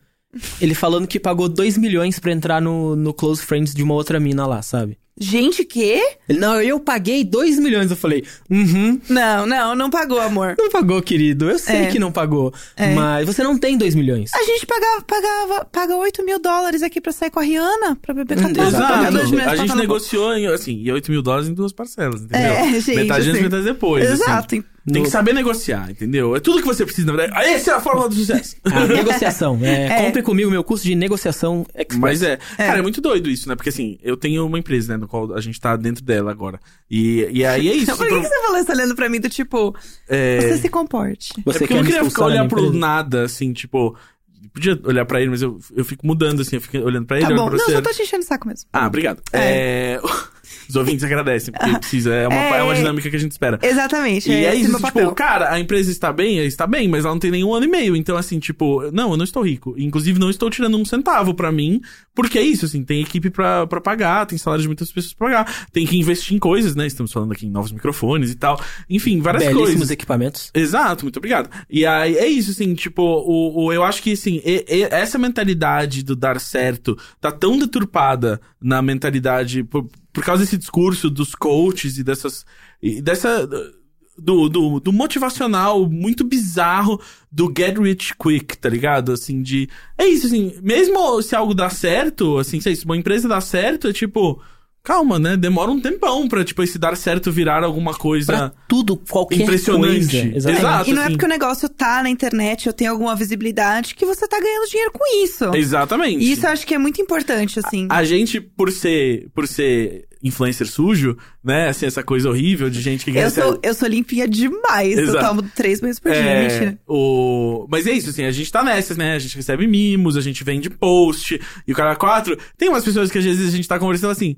ele falando que pagou 2 milhões pra entrar no, no close friends de uma outra mina lá, sabe? Gente, quê? Ele, não, eu paguei 2 milhões. Eu falei, uhum, Não, não, não pagou, amor. não pagou, querido. Eu sei É. que não pagou. É. Mas você não tem 2 milhões. A gente pagava, pagava, paga 8 mil dólares aqui pra sair com a Rihanna, pra beber com a Hum, Pablo, exato. pra Exato. dois meses A gente passando- negociou, em, assim, e 8 mil dólares em duas parcelas, entendeu? É, gente, metade antes, assim. metade depois. assim. Exato. Tem No- que saber negociar, entendeu? É tudo que você precisa, na verdade. Essa é a fórmula do sucesso. A negociação. É, É. Compre comigo meu curso de negociação express. Mas é. É. Cara, é muito doido isso, né? Porque assim, eu tenho uma empresa, né? No qual a gente tá dentro dela agora. E, e aí é isso. Por que, pro- que você falou isso olhando pra mim do tipo, é... você se comporte? É porque eu quer não me queria expulsar ficar da olhar minha pro empresa? nada, assim, tipo. Podia olhar pra ele, mas eu, eu fico mudando, assim, eu fico olhando pra ele, Tá olhando bom. pra Não, você. só tô te enchendo o saco mesmo. Ah, obrigado. É, Os ouvintes agradecem, porque precisa. É uma, É, é uma é. dinâmica que a gente espera. Exatamente. E é é esse isso, meu tipo, papel. cara, a empresa está bem, É, está bem, mas ela não tem nenhum ano e meio. Então, assim, tipo, não, eu não estou rico. Inclusive, não estou tirando um centavo pra mim, porque é isso, assim, tem equipe pra pra pagar, tem salário de muitas pessoas pra pagar, tem que investir em coisas, né? Estamos falando aqui em novos microfones e tal. Enfim, várias Belíssimos coisas. equipamentos. Exato, muito obrigado. E aí é isso, assim, tipo, o, o, eu acho que assim, e- e- essa mentalidade do dar certo tá tão deturpada na mentalidade por, por causa desse discurso dos coaches e dessas. E dessa. Do, do, do motivacional muito bizarro do get rich quick, tá ligado? Assim, de. É isso, assim, mesmo se algo dá certo, assim, sei, se uma empresa dá certo, é tipo. Calma, né? Demora um tempão pra, tipo, esse dar certo virar alguma coisa. Pra tudo, qualquer Impressionante. coisa. Exato. Exatamente. E não é assim. porque o negócio tá na internet, eu tenho alguma visibilidade, que você tá ganhando dinheiro com isso. Exatamente. E isso eu acho que é muito importante, assim. A gente, por ser, por ser influencer sujo, né? Assim, essa coisa horrível de gente que ganha eu, sou, tipo eu sou limpinha demais. Eu é Exato. tomo três meses por dia, É, mentira. o... Mas é isso, assim, a gente tá nessas, né? A gente recebe mimos, a gente vende post, e o cara quatro. Tem umas pessoas que às vezes a gente tá conversando assim,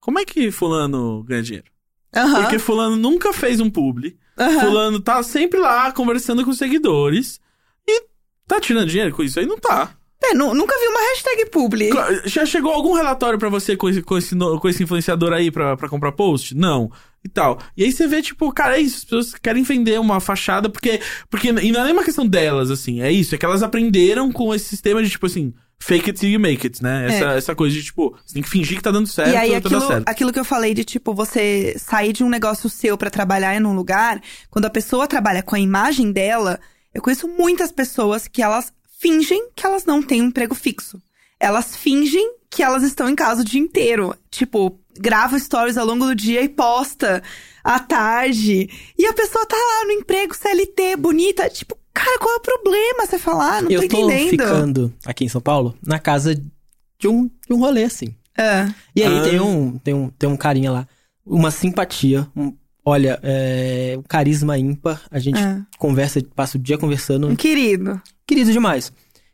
como é que fulano ganha dinheiro? Aham, Porque fulano nunca fez um publi, aham. fulano tá sempre lá conversando com os seguidores, e tá tirando dinheiro com isso aí? Não tá. É, nu- nunca vi uma hashtag publi. Claro, Já chegou algum relatório pra você com esse, com esse, no- com esse influenciador aí pra, pra comprar post? Não. E tal. E aí você vê, tipo, cara, é isso. As pessoas querem vender uma fachada porque. porque e não é nem uma questão delas, assim. É isso. É que elas aprenderam com esse sistema de, tipo assim, fake it till you make it, né? Essa, essa coisa de, tipo, você tem que fingir que tá dando certo É. e aí, pra dar aquilo, certo. aquilo que eu falei de, tipo, você sair de um negócio seu pra trabalhar em um lugar, quando a pessoa trabalha com a imagem dela, eu conheço muitas pessoas que elas fingem que elas não têm um emprego fixo. Elas fingem que elas estão em casa o dia inteiro. Tipo, grava stories ao longo do dia e posta à tarde. E a pessoa tá lá no emprego CLT, bonita. Tipo, cara, qual é o problema você falar? Não tô eu tô entendendo. ficando aqui em São Paulo na casa de um, de um rolê, assim. É. E aí Ah. tem, um, tem, um, tem um carinha lá, uma simpatia, um- olha, é, um carisma ímpar. A gente É. conversa, passa o dia conversando, Um querido. querido demais.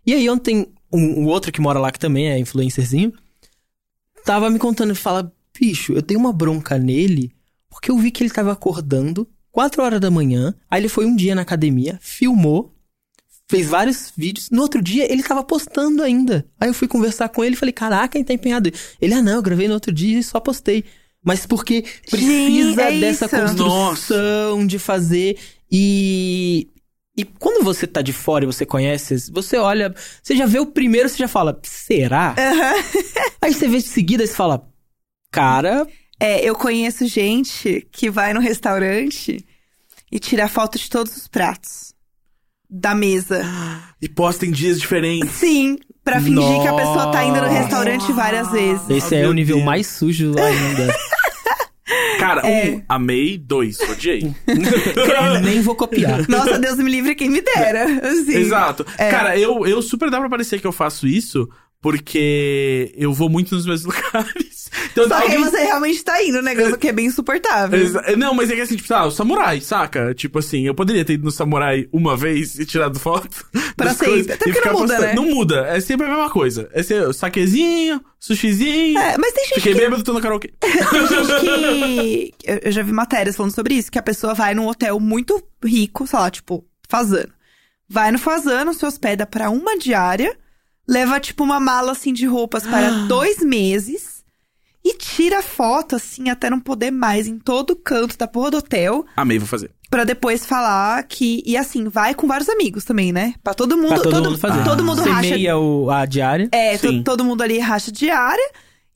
E aí ontem, um, um outro que mora lá, que também é influencerzinho, tava me contando, fala, bicho, eu dei uma bronca nele, porque eu vi que ele tava acordando, 4 horas da manhã, aí ele foi um dia na academia, filmou, fez vários vídeos, no outro dia ele tava postando ainda. Aí eu fui conversar com ele e falei, caraca, ele tá empenhado. Ele, ah não, eu gravei no outro dia e só postei. Mas porque precisa Gente, é dessa isso. construção de fazer e... E quando você tá de fora e você conhece, você olha, você já vê o primeiro, você já fala, será? Aí você vê de seguida e você fala, cara, É, eu conheço gente que vai no restaurante e tira foto de todos os pratos da mesa. E posta em dias diferentes. Sim, pra fingir que a pessoa tá indo no Nossa. restaurante várias vezes. esse Ah, é meu o nível Deus. mais sujo ainda. Cara, É. um, amei. Dois, odiei. Nem vou copiar. Nossa, Deus me livre quem me dera. Assim. Exato. Cara, eu, eu super dá pra parecer que eu faço isso porque eu vou muito nos meus lugares. Então, Só que aí alguém- você realmente tá indo, né? Negócio que é bem insuportável. Exa- Não, mas é que assim, tipo, ah, o samurai, saca? Tipo assim, eu poderia ter ido no samurai uma vez e tirado foto. Pra das sempre. coisas Até porque e ficar não muda, postando. né? Não muda, é sempre a mesma coisa. É ser saquezinho, sushizinho. É, mas tem gente Fiquei que bêbado, tô no karaokê. Tem gente que. Eu eu já vi matérias falando sobre isso, que a pessoa vai num hotel muito rico, sei lá, tipo, fazano. Vai no fazano, se hospeda pra uma diária, leva, tipo, uma mala assim de roupas para dois meses e tira foto, assim, até não poder mais em todo canto da porra do hotel. Amei, vou fazer. Pra depois falar que. E assim, vai com vários amigos também, né? Pra todo mundo. pra todo, mundo fazer. Todo mundo você racha meia o, a diária. é, to- Sim. todo mundo ali racha diária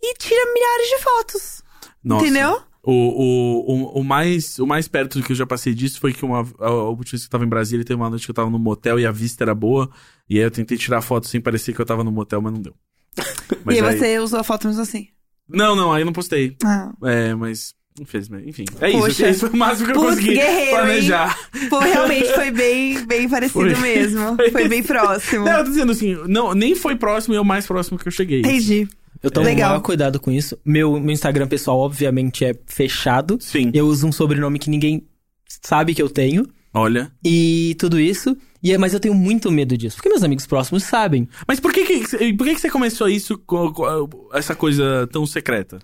e tira milhares de fotos. Nossa. Entendeu? O, o, o, o mais, o mais perto que eu já passei disso foi que uma, a, a última vez que eu tava em Brasília, teve uma noite que eu tava num motel e a vista era boa. E aí eu tentei tirar foto sem parecer que eu tava no motel, mas não deu. Mas e aí aí- você usou a foto mesmo assim. Não, não, aí eu não postei. Ah. É, mas, infelizmente. Enfim, é isso. Poxa. Esse foi o máximo que eu Putz, consegui guerreiro, planejar. Pô, realmente foi bem, bem parecido Foi. mesmo. Foi. Foi bem próximo. Não, eu tô dizendo assim, não, nem foi próximo e é o mais próximo que eu cheguei. Entendi. Eu tomo Legal. maior cuidado com isso. Meu, meu Instagram pessoal, obviamente, é fechado. Sim. Eu uso um sobrenome que ninguém sabe que eu tenho. Olha. E tudo isso. E é, mas eu tenho muito medo disso. Porque meus amigos próximos sabem. Mas por que que, por que, que você começou isso, com, com essa coisa tão secreta?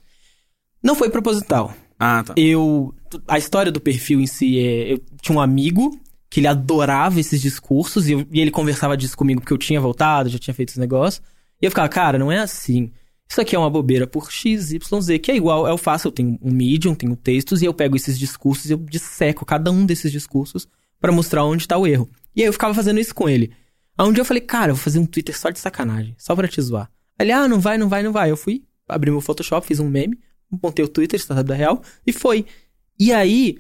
Não foi proposital. Ah, tá. Eu. A história do perfil em si é. Eu tinha um amigo que ele adorava esses discursos e, eu- e ele conversava disso comigo porque eu tinha voltado, já tinha feito os negócios. E eu ficava, cara, não é assim. Isso aqui é uma bobeira por X, Y, Z, que é igual, eu faço, eu tenho um medium, tenho textos, e eu pego esses discursos e eu disseco cada um desses discursos pra mostrar onde tá o erro. E aí eu ficava fazendo isso com ele. Aí um dia eu falei, cara, eu vou fazer um Twitter só de sacanagem, só pra te zoar. Ele, ah, não vai, não vai, não vai. Eu fui, abri meu Photoshop, fiz um meme, montei o Twitter, Startup da Real, e foi. E aí,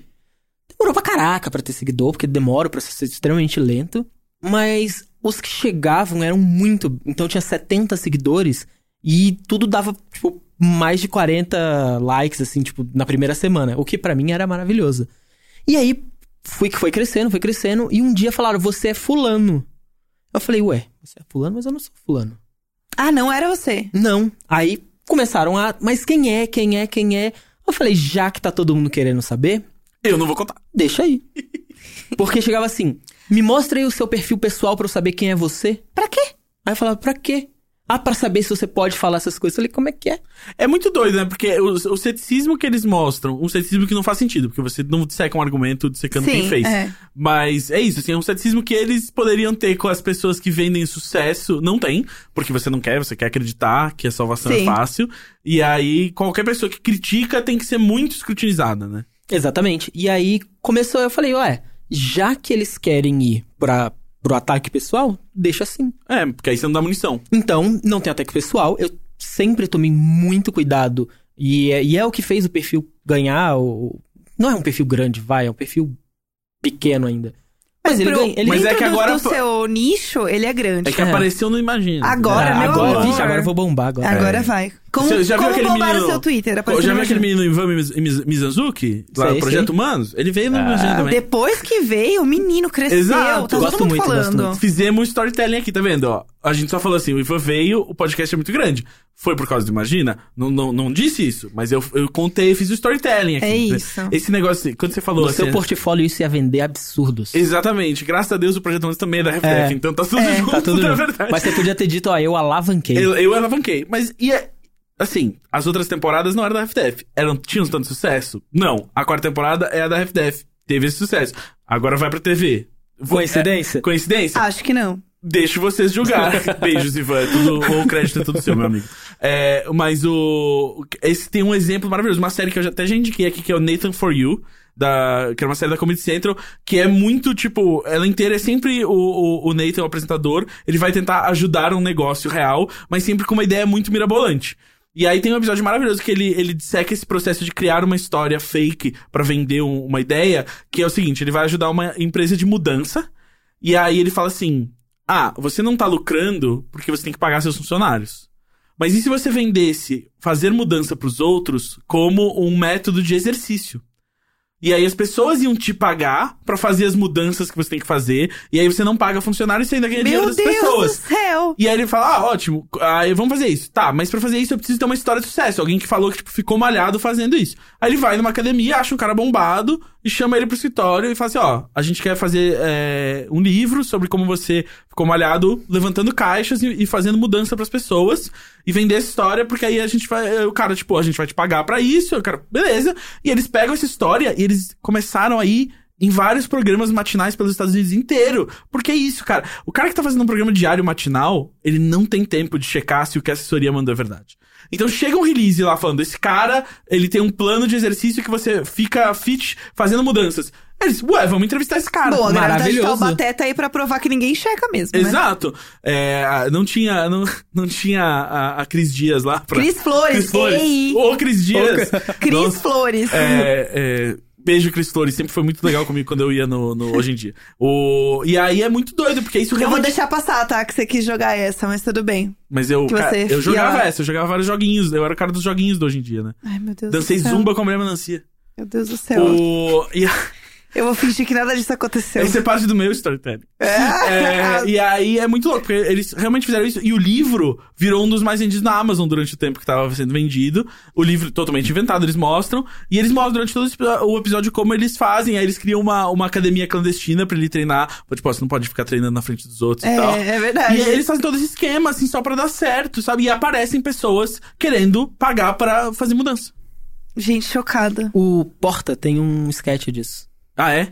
demorou pra caraca pra ter seguidor, porque demora, o processo é extremamente lento. Mas os que chegavam eram muito. Então tinha 70 seguidores e tudo dava, tipo, mais de 40 likes, assim, tipo, na primeira semana. O que pra mim era maravilhoso. E aí, fui que foi crescendo, foi crescendo. E um dia falaram, você é fulano. Eu falei, ué, você é fulano, mas eu não sou fulano. Ah, não era você. Não. Aí começaram a. Mas quem é, quem é, quem é? Eu falei, já que tá todo mundo querendo saber, Eu não vou contar. deixa aí. Porque chegava assim, me mostra aí o seu perfil pessoal pra eu saber quem é você. Pra quê? Aí eu falava, pra quê? Ah, pra saber se você pode falar essas coisas. Eu falei, como é que é? É muito doido, né? Porque o, o ceticismo que eles mostram, um ceticismo que não faz sentido, porque você não disseca um argumento dissecando quem fez. é. Mas é isso, assim, é um ceticismo que eles poderiam ter com as pessoas que vendem sucesso. Não tem, porque você não quer, você quer acreditar que a salvação é Sim. fácil. E aí, qualquer pessoa que critica tem que ser muito escrutinizada, né? Exatamente. E aí começou, eu falei, ué, já que eles querem ir pra, pro ataque pessoal, deixa assim. É, porque aí você não dá munição. Então, não tem ataque pessoal. Eu sempre tomei muito cuidado. E é, e é o que fez o perfil ganhar. o- não é um perfil grande, vai, é um perfil pequeno ainda. Mas, ele pro- ganha. Ele mas dentro é que do- agora do foi- seu nicho, ele é grande. É que É. apareceu no Imagina. Agora, Ah, meu agora, amor. vixe, agora eu vou bombar agora. Agora vai. Como, é. Você já viu como aquele bombar menino- o seu Twitter? Pô, Apareceu já no viu aquele Imagina. menino Ivan Miz- Miz- Mizanzuki? Lá do Sei, Projeto sei. Ah. Humanos? Ele veio no Imagina também. Depois que veio, o menino cresceu. Exato. Tá Gosto todo mundo muito, gosto falando. muito. Fizemos storytelling aqui, tá vendo? Ó, a gente só falou assim, o Ivan veio, o podcast é muito grande. Foi por causa do Imagina? Não, não, não disse isso, mas eu, eu contei, fiz o storytelling aqui. Né? É isso. Esse negócio, quando você falou No assim... seu portfólio isso ia vender absurdos. Exatamente. Graças a Deus o Projeto Humanos também é da RFF, É. então tá tudo junto, Tá tudo na junto. verdade. Mas você podia ter dito, ó, eu alavanquei. Eu, eu alavanquei. Mas e é- assim, as outras temporadas não eram da FDF. Eram, tinham tanto sucesso? Não. A quarta temporada é a da FDF. Teve esse sucesso. Agora vai pra TV. Vou- Coincidência? é, coincidência? Acho que não. Deixo vocês julgar. Beijos, Ivan. É Tudo, o crédito é tudo seu, meu amigo. É, mas o. Esse tem um exemplo maravilhoso. Uma série que eu já, até já indiquei aqui, que é o Nathan For You. Da, que é uma série da Comedy Central, que é muito tipo. Ela inteira é sempre o, o, o Nathan, o apresentador. Ele vai tentar ajudar um negócio real, mas sempre com uma ideia muito mirabolante. E aí tem um episódio maravilhoso que ele, ele disseca esse processo de criar uma história fake pra vender um- uma ideia, que é o seguinte: ele vai ajudar uma empresa de mudança. E aí ele fala assim: Ah, você não tá lucrando porque você tem que pagar seus funcionários. Mas e se você vendesse fazer mudança pros outros como um método de exercício? E aí as pessoas iam te pagar pra fazer as mudanças que você tem que fazer, e aí você não paga funcionário e você ainda ganha dinheiro Meu é das Deus pessoas. do céu! E aí ele fala, ah, ótimo, ah, vamos fazer isso. Tá, mas pra fazer isso eu preciso ter uma história de sucesso. Alguém que falou que tipo, ficou malhado fazendo isso. Aí ele vai numa academia, acha um cara bombado e chama ele pro escritório e fala assim, ó, a gente quer fazer é, um livro sobre como você ficou malhado levantando caixas e, e fazendo mudança pras pessoas e vender essa história, porque aí a gente vai, o cara, tipo, a gente vai te pagar pra isso, o cara, beleza. E eles pegam essa história e eles começaram aí em vários programas matinais pelos Estados Unidos inteiro. Porque é isso, cara. O cara que tá fazendo um programa diário matinal, ele não tem tempo de checar se o que a assessoria mandou é verdade. Então chega um release lá falando, esse cara, ele tem um plano de exercício que você fica fit fazendo mudanças. Aí Eles, ué, vamos entrevistar esse cara. Bom, a gravidade de maravilhoso. Taubaté tá aí pra provar que ninguém checa mesmo, né? Exato. É, a- não tinha, não, não tinha a, a Cris Dias lá pra... Cris Flores, Cris Flores. ei! Ô, Cris Dias. Cris Nossa. Flores. É, é, beijo, Cris Flores. Sempre foi muito legal comigo quando eu ia no, no- hoje em dia. O, e aí é muito doido, porque isso Eu vou realmente. deixar passar, tá? Que você quis jogar essa, mas tudo bem. Mas eu, que cara, você eu fia- jogava essa, eu jogava vários joguinhos. Eu era o cara dos joguinhos do hoje em dia, né? Ai, meu Deus Dancei do céu. zumba com a mulher melancia. Meu Deus do céu. O, e Eu vou fingir que nada disso aconteceu. esse é parte do meu storytelling. É, e aí é muito louco, porque eles realmente fizeram isso. E o livro virou um dos mais vendidos na Amazon durante o tempo que tava sendo vendido. O livro totalmente inventado, eles mostram. E eles mostram durante todo esse epi- o episódio como eles fazem. Aí eles criam uma, uma academia clandestina pra ele treinar. Tipo, ó, você não pode ficar treinando na frente dos outros É, e tal. é verdade. E aí eles fazem todo esse esquema, assim, só pra dar certo, sabe? E aparecem pessoas querendo pagar pra fazer mudança. Gente, chocada. O Porta tem um sketch disso. Ah, é?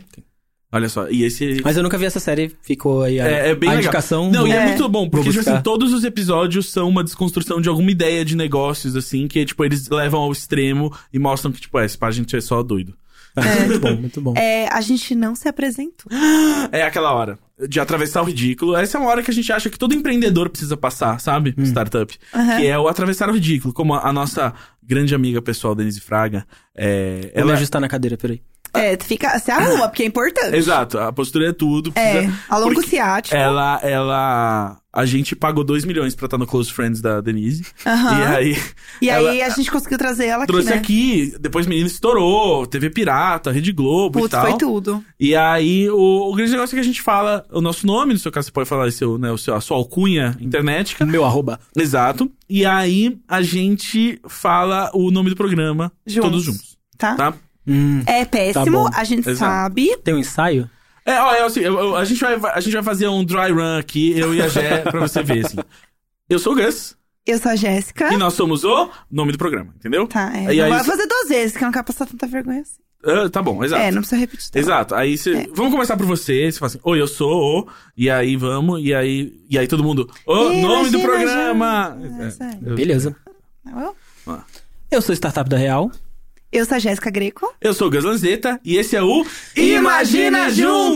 Olha só, e esse. Mas eu nunca vi essa série, ficou aí a, É, é bem a legal. indicação. Não, do- e é É. muito bom, porque, Um Vou tipo buscar. assim, todos os episódios são uma desconstrução de alguma ideia de negócios, assim, que, tipo, eles levam ao extremo e mostram que, tipo, é, esse pá, a gente é só doido. Ah, Muito bom, muito bom. É, a gente não se apresentou. É aquela hora de atravessar o ridículo. Essa é uma hora que a gente acha que todo empreendedor precisa passar, sabe? Startup. Aham. Que é o atravessar o ridículo. Como a, a nossa grande amiga pessoal, Denise Fraga, é, Vou me ela ajustar na cadeira, peraí. É, tu fica, se arruma, porque é importante. Exato, a postura é tudo. É, precisa- alonga o porque é. ciático. Ela, ela. A gente pagou 2 milhões pra estar no Close Friends da Denise. Aham. E aí. E ela aí a gente conseguiu trazer ela aqui, trouxe né? aqui, depois Menino estourou, TV Pirata, Rede Globo e Putz, tal. foi tudo. E aí, o, o grande negócio é que a gente fala o nosso nome, no seu caso você pode falar seu, né, o seu, a sua alcunha internética. Meu arroba. Exato. E aí, a gente fala o nome do programa Juntos. todos juntos. Tá? Tá? Hum, É péssimo, bom. a gente Exato. sabe. tem um ensaio? É, ó, é assim, eu- eu- a, gente vai, a gente vai fazer um dry run aqui, eu e a Jé, pra você ver, assim. Eu sou o Gus. Eu sou a Jéssica. E nós somos o nome do programa, entendeu? Tá, é. E Não aí- vai fazer duas vezes, que eu não quero passar tanta vergonha assim. Ah, tá bom, exato. É, não precisa repetir. tá? Exato. Aí você. Vamos começar por você. Você fala assim, oi, eu sou o. E aí vamos, e aí. E aí todo mundo. O Ih, nome do imagina, programa! já. É, É, sério. eu- Beleza. Não, Eu, Eu sou Startup da Real. eu sou a Jéssica Greco. Eu sou o Gus Lanzetta e esse é o Imagina Imagina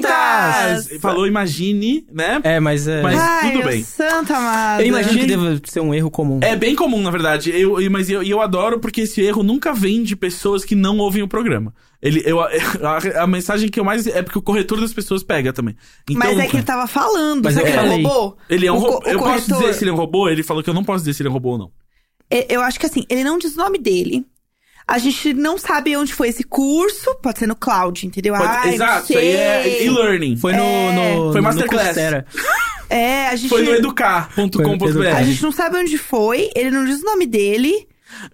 Juntas! Juntas! Falou imagine, né? É, mas é. Mas- Ai, tudo meu bem. santo amado. Eu imagino que deva ser um erro comum. Ah, É bem comum, na verdade. Eu, eu- mas eu, e eu adoro porque esse erro nunca vem de pessoas que não ouvem o programa. Ele, eu, a, a mensagem que eu mais. É porque o corretor das pessoas pega também. Então, Mas é que ele tava falando. Mas Será eu que ele é um falei. robô? ele é um o co- robô. o Eu posso corretor- dizer se ele é um robô? Ele falou que eu não posso dizer se ele é um robô ou não. E- Eu acho que assim, ele não diz o nome dele. A gente não sabe onde foi esse curso. Pode ser no cloud, entendeu? Pode- Ai, não exato, isso aí sei. é e-learning. Foi no. no é, Foi no- Masterclass. No Coursera. É, a gente. Foi no Foi no A educar.com.br. gente não sabe onde foi, ele não diz o nome dele.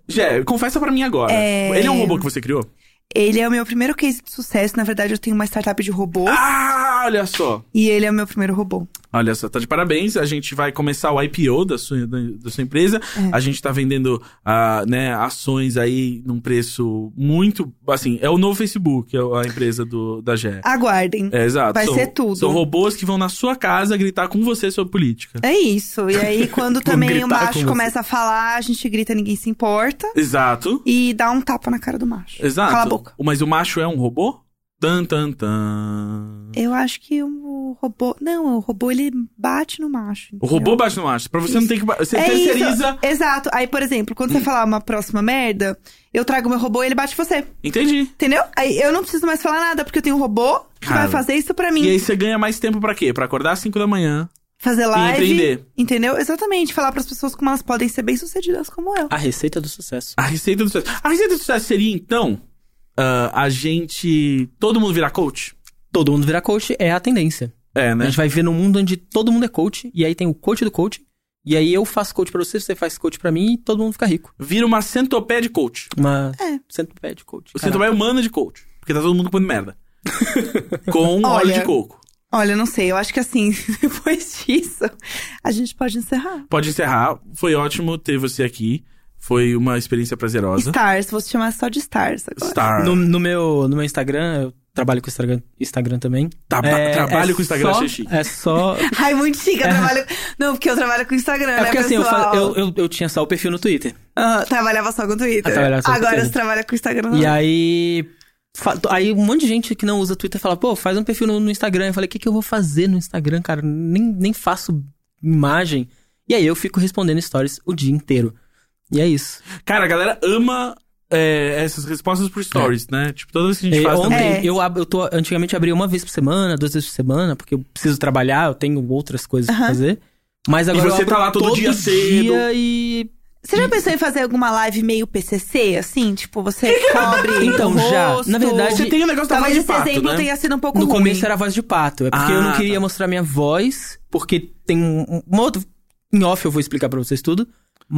Jé, confessa pra mim agora. É. Ele é um robô que você criou? Ele é o meu primeiro case de sucesso. Na verdade, eu tenho uma startup de robô. Ah, olha só. E ele é o meu primeiro robô. Olha só, tá de parabéns. A gente vai começar o IPO da sua, da, da sua empresa. É. A gente tá vendendo ah, né, ações aí num preço muito. Assim, é o novo Facebook, é a empresa do, da Jé. Aguardem. É, exato. vai São- ser tudo. São robôs que vão na sua casa gritar com você sobre política. É isso. E aí, quando também gritar o com macho você. começa a falar, a gente grita, ninguém se importa. Exato. E dá um tapa na cara do macho. Exato. Cala a boca. Mas o macho é um robô? Tan, tan, tan. Eu acho que o robô. Não, o robô ele bate no macho. O entendeu? robô bate no macho. Pra você não ter que. ba- Você É isso. terceiriza. Exato. Aí, por exemplo, quando você falar uma próxima merda, eu trago meu robô e ele bate você. Entendi. Entendeu? Aí eu não preciso mais falar nada, porque eu tenho um robô que Cara. vai fazer isso pra mim. E aí você ganha mais tempo pra quê? Pra acordar às 5 da manhã. Fazer live. empreender. Entendeu? Exatamente. Falar pras pessoas como elas podem ser bem-sucedidas como eu. A receita do sucesso. A receita do sucesso. A receita do sucesso seria, então, ah, a gente. Todo mundo virar coach? Todo mundo virar coach é a tendência. É, né? A Uhum. gente vai ver num mundo onde todo mundo é coach, e aí tem o coach do coach, e aí eu faço coach pra você, você faz coach pra mim, e todo mundo fica rico. Vira uma centopéia de coach. Uma É. centopéia de coach. Uma Caraca. centopéia humana de coach. Porque tá todo mundo comendo merda. Com óleo Olha. de coco. Olha, eu não sei. Eu acho que assim, depois disso, a gente pode encerrar. Pode encerrar. Foi ótimo ter você aqui. Foi uma experiência prazerosa. Stars, vou te chamar só de Stars agora. Star. No, no meu, no meu Instagram, eu trabalho com Instagram, Instagram também. É, Tra- Ah, Tá, É, trabalho com Instagram, só, achei chique. É só. Ai, muito chique, eu trabalho. Não, porque eu trabalho com Instagram, É né, porque assim, eu, pessoal? fa- eu, eu, eu tinha só o perfil no Twitter. Aham, trabalhava só com Twitter. Ah, trabalhava só com Agora Twitter. você trabalha com Instagram. E aí. fa- Aí um monte de gente que não usa Twitter fala, pô, faz um perfil no, no Instagram. Eu falei, o que, que eu vou fazer no Instagram, cara? Nem, nem faço imagem. E aí eu fico respondendo stories o dia inteiro. E é isso. Cara, a galera ama é, essas respostas por stories, né? Tipo, toda vez que a gente É, E faz. É, ontem, também. também. eu, ab- eu tô, antigamente abria uma vez por semana, duas vezes por semana, porque eu preciso trabalhar, eu tenho outras coisas pra Aham. fazer. Mas agora você eu tá abro lá todo dia cedo. e Você já pensou em fazer alguma live meio PCC, assim? Tipo, você cobre Então, o já. rosto. Na verdade, Você tem o tá negócio da voz Talvez de esse pato, exemplo né? tenha sido um pouco no ruim. começo era a voz de pato. É porque Ah, eu não queria tá. mostrar minha voz, porque tem um, um- uma outra. Em off eu vou explicar pra vocês tudo.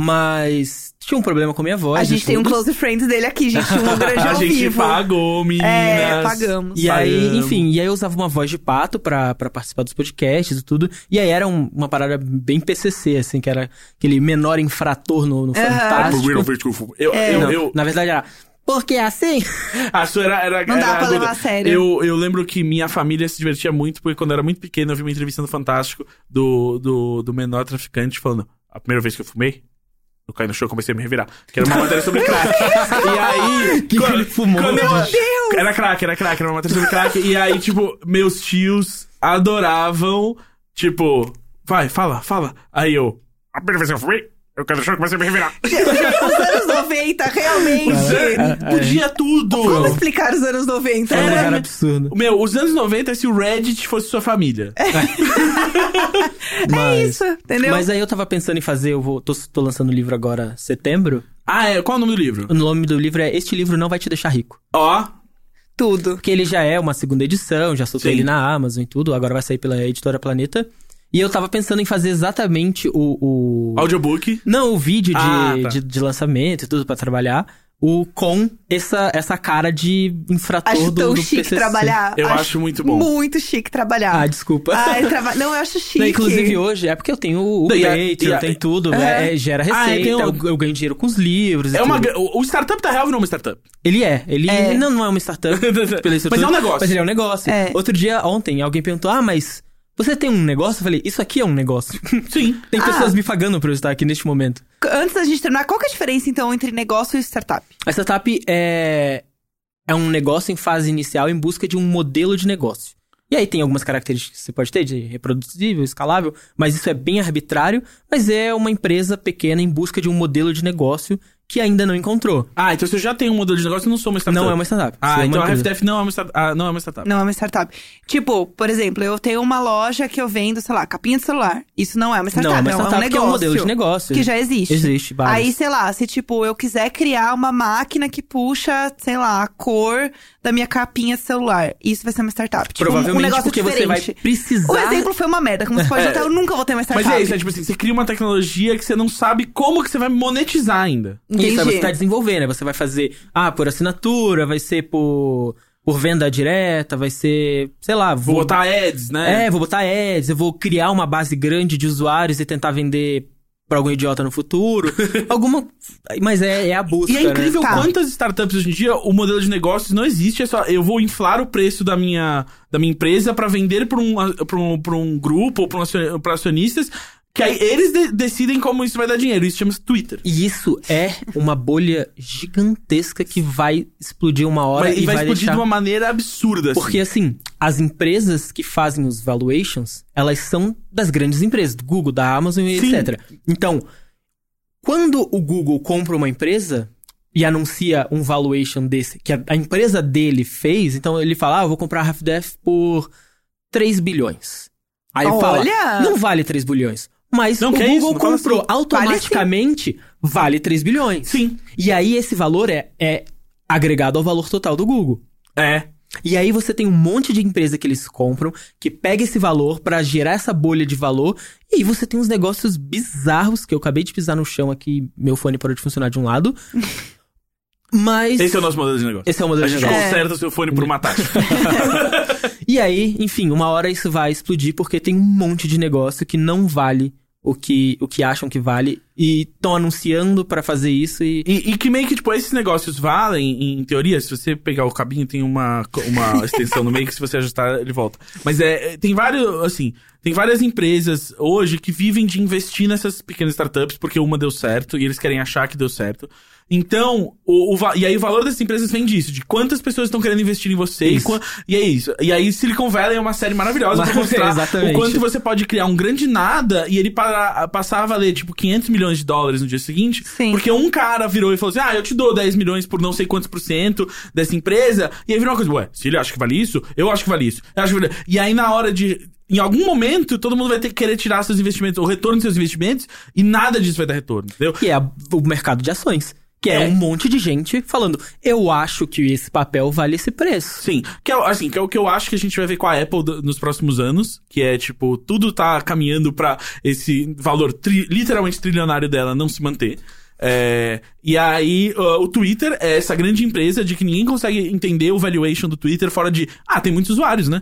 Mas tinha um problema com a minha voz. A e gente tem um tudo. close friends dele aqui, gente. Um grande A ao gente vivo. pagou, meninas. É, pagamos. E aí, Pagamos. enfim, e aí eu usava uma voz de pato pra, pra participar dos podcasts e tudo. E aí era um- uma parada bem PCC, assim, que era aquele menor infrator no, no Fantástico. É. Eu, É. eu, Não, eu- Na verdade era, porque assim... a sua era, era Não dá era pra aguda. levar a sério. Eu, eu lembro que minha família se divertia muito, porque quando eu era muito pequeno, eu vi uma entrevista no Fantástico do, do, do menor traficante falando: a primeira vez que eu fumei. Eu caí no chão e comecei a me revirar. Que era uma matéria sobre crack. e aí. Que que ele fumou, né? quando eu- meu Era crack, era crack, era uma matéria sobre crack. e aí, tipo, meus tios adoravam. Tipo, vai, fala, fala. Aí eu. A primeira vez que eu fumei, eu caí no chão e comecei a me revirar. Os anos 90, é, realmente. Zé, Podia tudo. Como assim? explicar os anos 90? Era um Era- lugar absurdo. Meu, os anos 90 é se o Reddit fosse sua família. É. Mas... É isso, entendeu? Mas aí eu tava pensando em fazer, eu vou, tô, tô lançando o livro agora setembro. Ah, é. Qual é o nome do livro? O nome do livro é Este Livro Não Vai Te Deixar Rico. Ó. Tudo. Porque ele já é uma segunda edição, já soltei Sim. ele na Amazon e tudo, agora vai sair pela editora Planeta. E eu tava pensando em fazer exatamente o. o- audiobook. Não, o vídeo de, Ah, tá. de, de lançamento e tudo pra trabalhar. o com essa, essa cara de infrator Acho do, tão do chique PCC. trabalhar. Eu acho muito bom. Muito chique trabalhar. Ah, desculpa. Ai, trava- Não, eu acho chique. Não, inclusive hoje, é porque eu tenho o o Não, e a- e Patreon, a- tem tudo, É. é, é, gera Ah, é, tem receita, o- eu, eu ganho dinheiro com os livros. e É uma, tudo. gra- o o startup da Helve não é uma startup. Ele é, ele É. Não, não é uma startup. pela estrutura, Mas é um negócio. Mas ele é um negócio. É. Outro dia, ontem, alguém perguntou: Ah, mas você tem um negócio? Eu falei: Isso aqui é um negócio. Sim. tem Ah. pessoas me pagando por eu estar aqui neste momento. Antes da gente terminar, qual que é a diferença, então, entre negócio e startup? A startup é, é um negócio em fase inicial em busca de um modelo de negócio. E aí tem algumas características que você pode ter, de reproduzível, escalável, mas isso é bem arbitrário, mas é uma empresa pequena em busca de um modelo de negócio que ainda não encontrou. Ah, então se eu já tenho um modelo de negócio, eu não sou uma startup. Não é uma startup. isso Ah, é uma então a empresa. RefDef não é uma startup. Ah, não é uma startup. Não é uma startup. Tipo, por exemplo, eu tenho uma loja que eu vendo, sei lá, capinha de celular. Isso não é uma startup, Não, é uma é um startup que é negócio. um modelo de negócio. que já existe. Existe, vários. Aí, sei lá, se tipo, eu quiser criar uma máquina que puxa, sei lá, a cor da minha capinha de celular. Isso vai ser uma startup. Tipo, um- Provavelmente um negócio porque você vai É. diferente. precisar. O exemplo foi uma merda, como você pode notar, eu nunca vou ter uma Mas startup. é isso, é tipo assim, você cria uma tecnologia que você não sabe como que você vai monetizar ainda. Isso, aí Entendi. você está desenvolvendo, aí né? você vai fazer, ah, por assinatura, vai ser por, por venda direta, vai ser, sei lá, Vou botar ads, né? É, vou botar ads, eu vou criar uma base grande de usuários e tentar vender pra algum idiota no futuro. Alguma. Mas é, é a busca. E é incrível né? Tá. quantas startups hoje em dia o modelo de negócios não existe, é só eu vou inflar o preço da minha, da minha empresa pra vender pra um, pra um, pra um grupo ou pra, um acion- pra acionistas, que aí eles de- decidem como isso vai dar dinheiro. Isso chama-se Twitter. E isso é uma bolha gigantesca que vai explodir uma hora Mas- e, e vai, explodir deixar... de uma maneira absurda. assim. Porque assim, as empresas que fazem os valuations, elas são das grandes empresas, do Google, da Amazon e Sim. etc. Então, quando o Google compra uma empresa e anuncia um valuation desse, que a, a empresa dele fez, então ele fala, ah, eu vou comprar a Half-Death por 3 bilhões. Aí ele fala, Olha! não vale 3 bilhões. Mas Não, o que é Google isso, não fala comprou sim. automaticamente, vale, 3 bilhões. Sim. E aí esse valor é, é agregado ao valor total do Google. É. E aí você tem um monte de empresa que eles compram, que pega esse valor pra gerar essa bolha de valor, e aí você tem uns negócios bizarros que eu acabei de pisar no chão aqui, meu fone parou de funcionar de um lado. Mas Esse é o nosso modelo de negócio. esse é o modelo A de gente negócio. conserta o seu fone por uma taxa. E aí, enfim, uma hora isso vai explodir porque tem um monte de negócio que não vale o que o que acham que vale e estão anunciando pra fazer isso e E, e que meio que, tipo, esses negócios valem, em teoria, se você pegar o cabinho, tem uma, uma extensão no meio que se você ajustar, ele volta. Mas é, é, tem vários, assim, tem várias empresas hoje que vivem de investir nessas pequenas startups porque uma deu certo e eles querem achar que deu certo. Então, o, o va- e aí o valor dessas empresas vem disso, de quantas pessoas estão querendo investir em você e, Isso. quan- e é isso. E aí Silicon Valley é uma série maravilhosa pra Maravilha, mostrar o é, exatamente. quanto você pode criar um grande nada e ele para, passar a valer, tipo, 500 milhões de dólares no dia seguinte, Sim. porque um cara virou e falou assim: ah, eu te dou 10 milhões por não sei quantos por cento dessa empresa. E aí virou uma coisa: ué, se ele acha que vale isso, eu acho que vale isso. Eu acho que vale... E aí na hora de. Em algum momento, todo mundo vai ter que querer tirar seus investimentos, o retorno dos seus investimentos, e nada disso vai dar retorno, entendeu? que é a- o mercado de ações, que é. É. um monte de gente falando: "Eu acho que esse papel vale esse preço". Sim, que é, assim, que é o que eu acho que a gente vai ver com a Apple do- nos próximos anos, que é tipo, tudo tá caminhando pra esse valor tri- literalmente trilionário dela não se manter. É, e aí, ó, o Twitter é essa grande empresa de que ninguém consegue entender o valuation do Twitter fora de, ah, tem muitos usuários, né?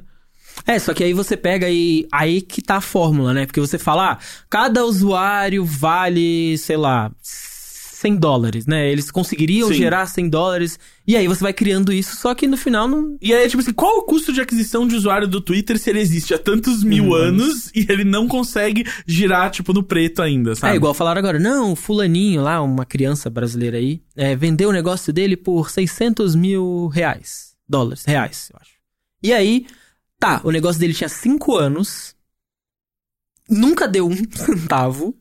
É, só que aí você pega e. Aí que tá a fórmula, né? Porque você fala, ah, cada usuário vale, sei lá, 100 dólares, né? Eles conseguiriam Sim. gerar 100 dólares. E aí você vai criando isso, só que no final não. E aí, é tipo assim, qual o custo de aquisição de usuário do Twitter se ele existe há tantos mil Uhum. anos e ele não consegue girar, tipo, no preto ainda, sabe? É igual falaram agora, não, o fulaninho lá, uma criança brasileira aí, é, vendeu o negócio dele por 600 mil reais. Dólares, reais, eu acho. E aí, tá, o negócio dele tinha 5 anos, nunca deu um centavo.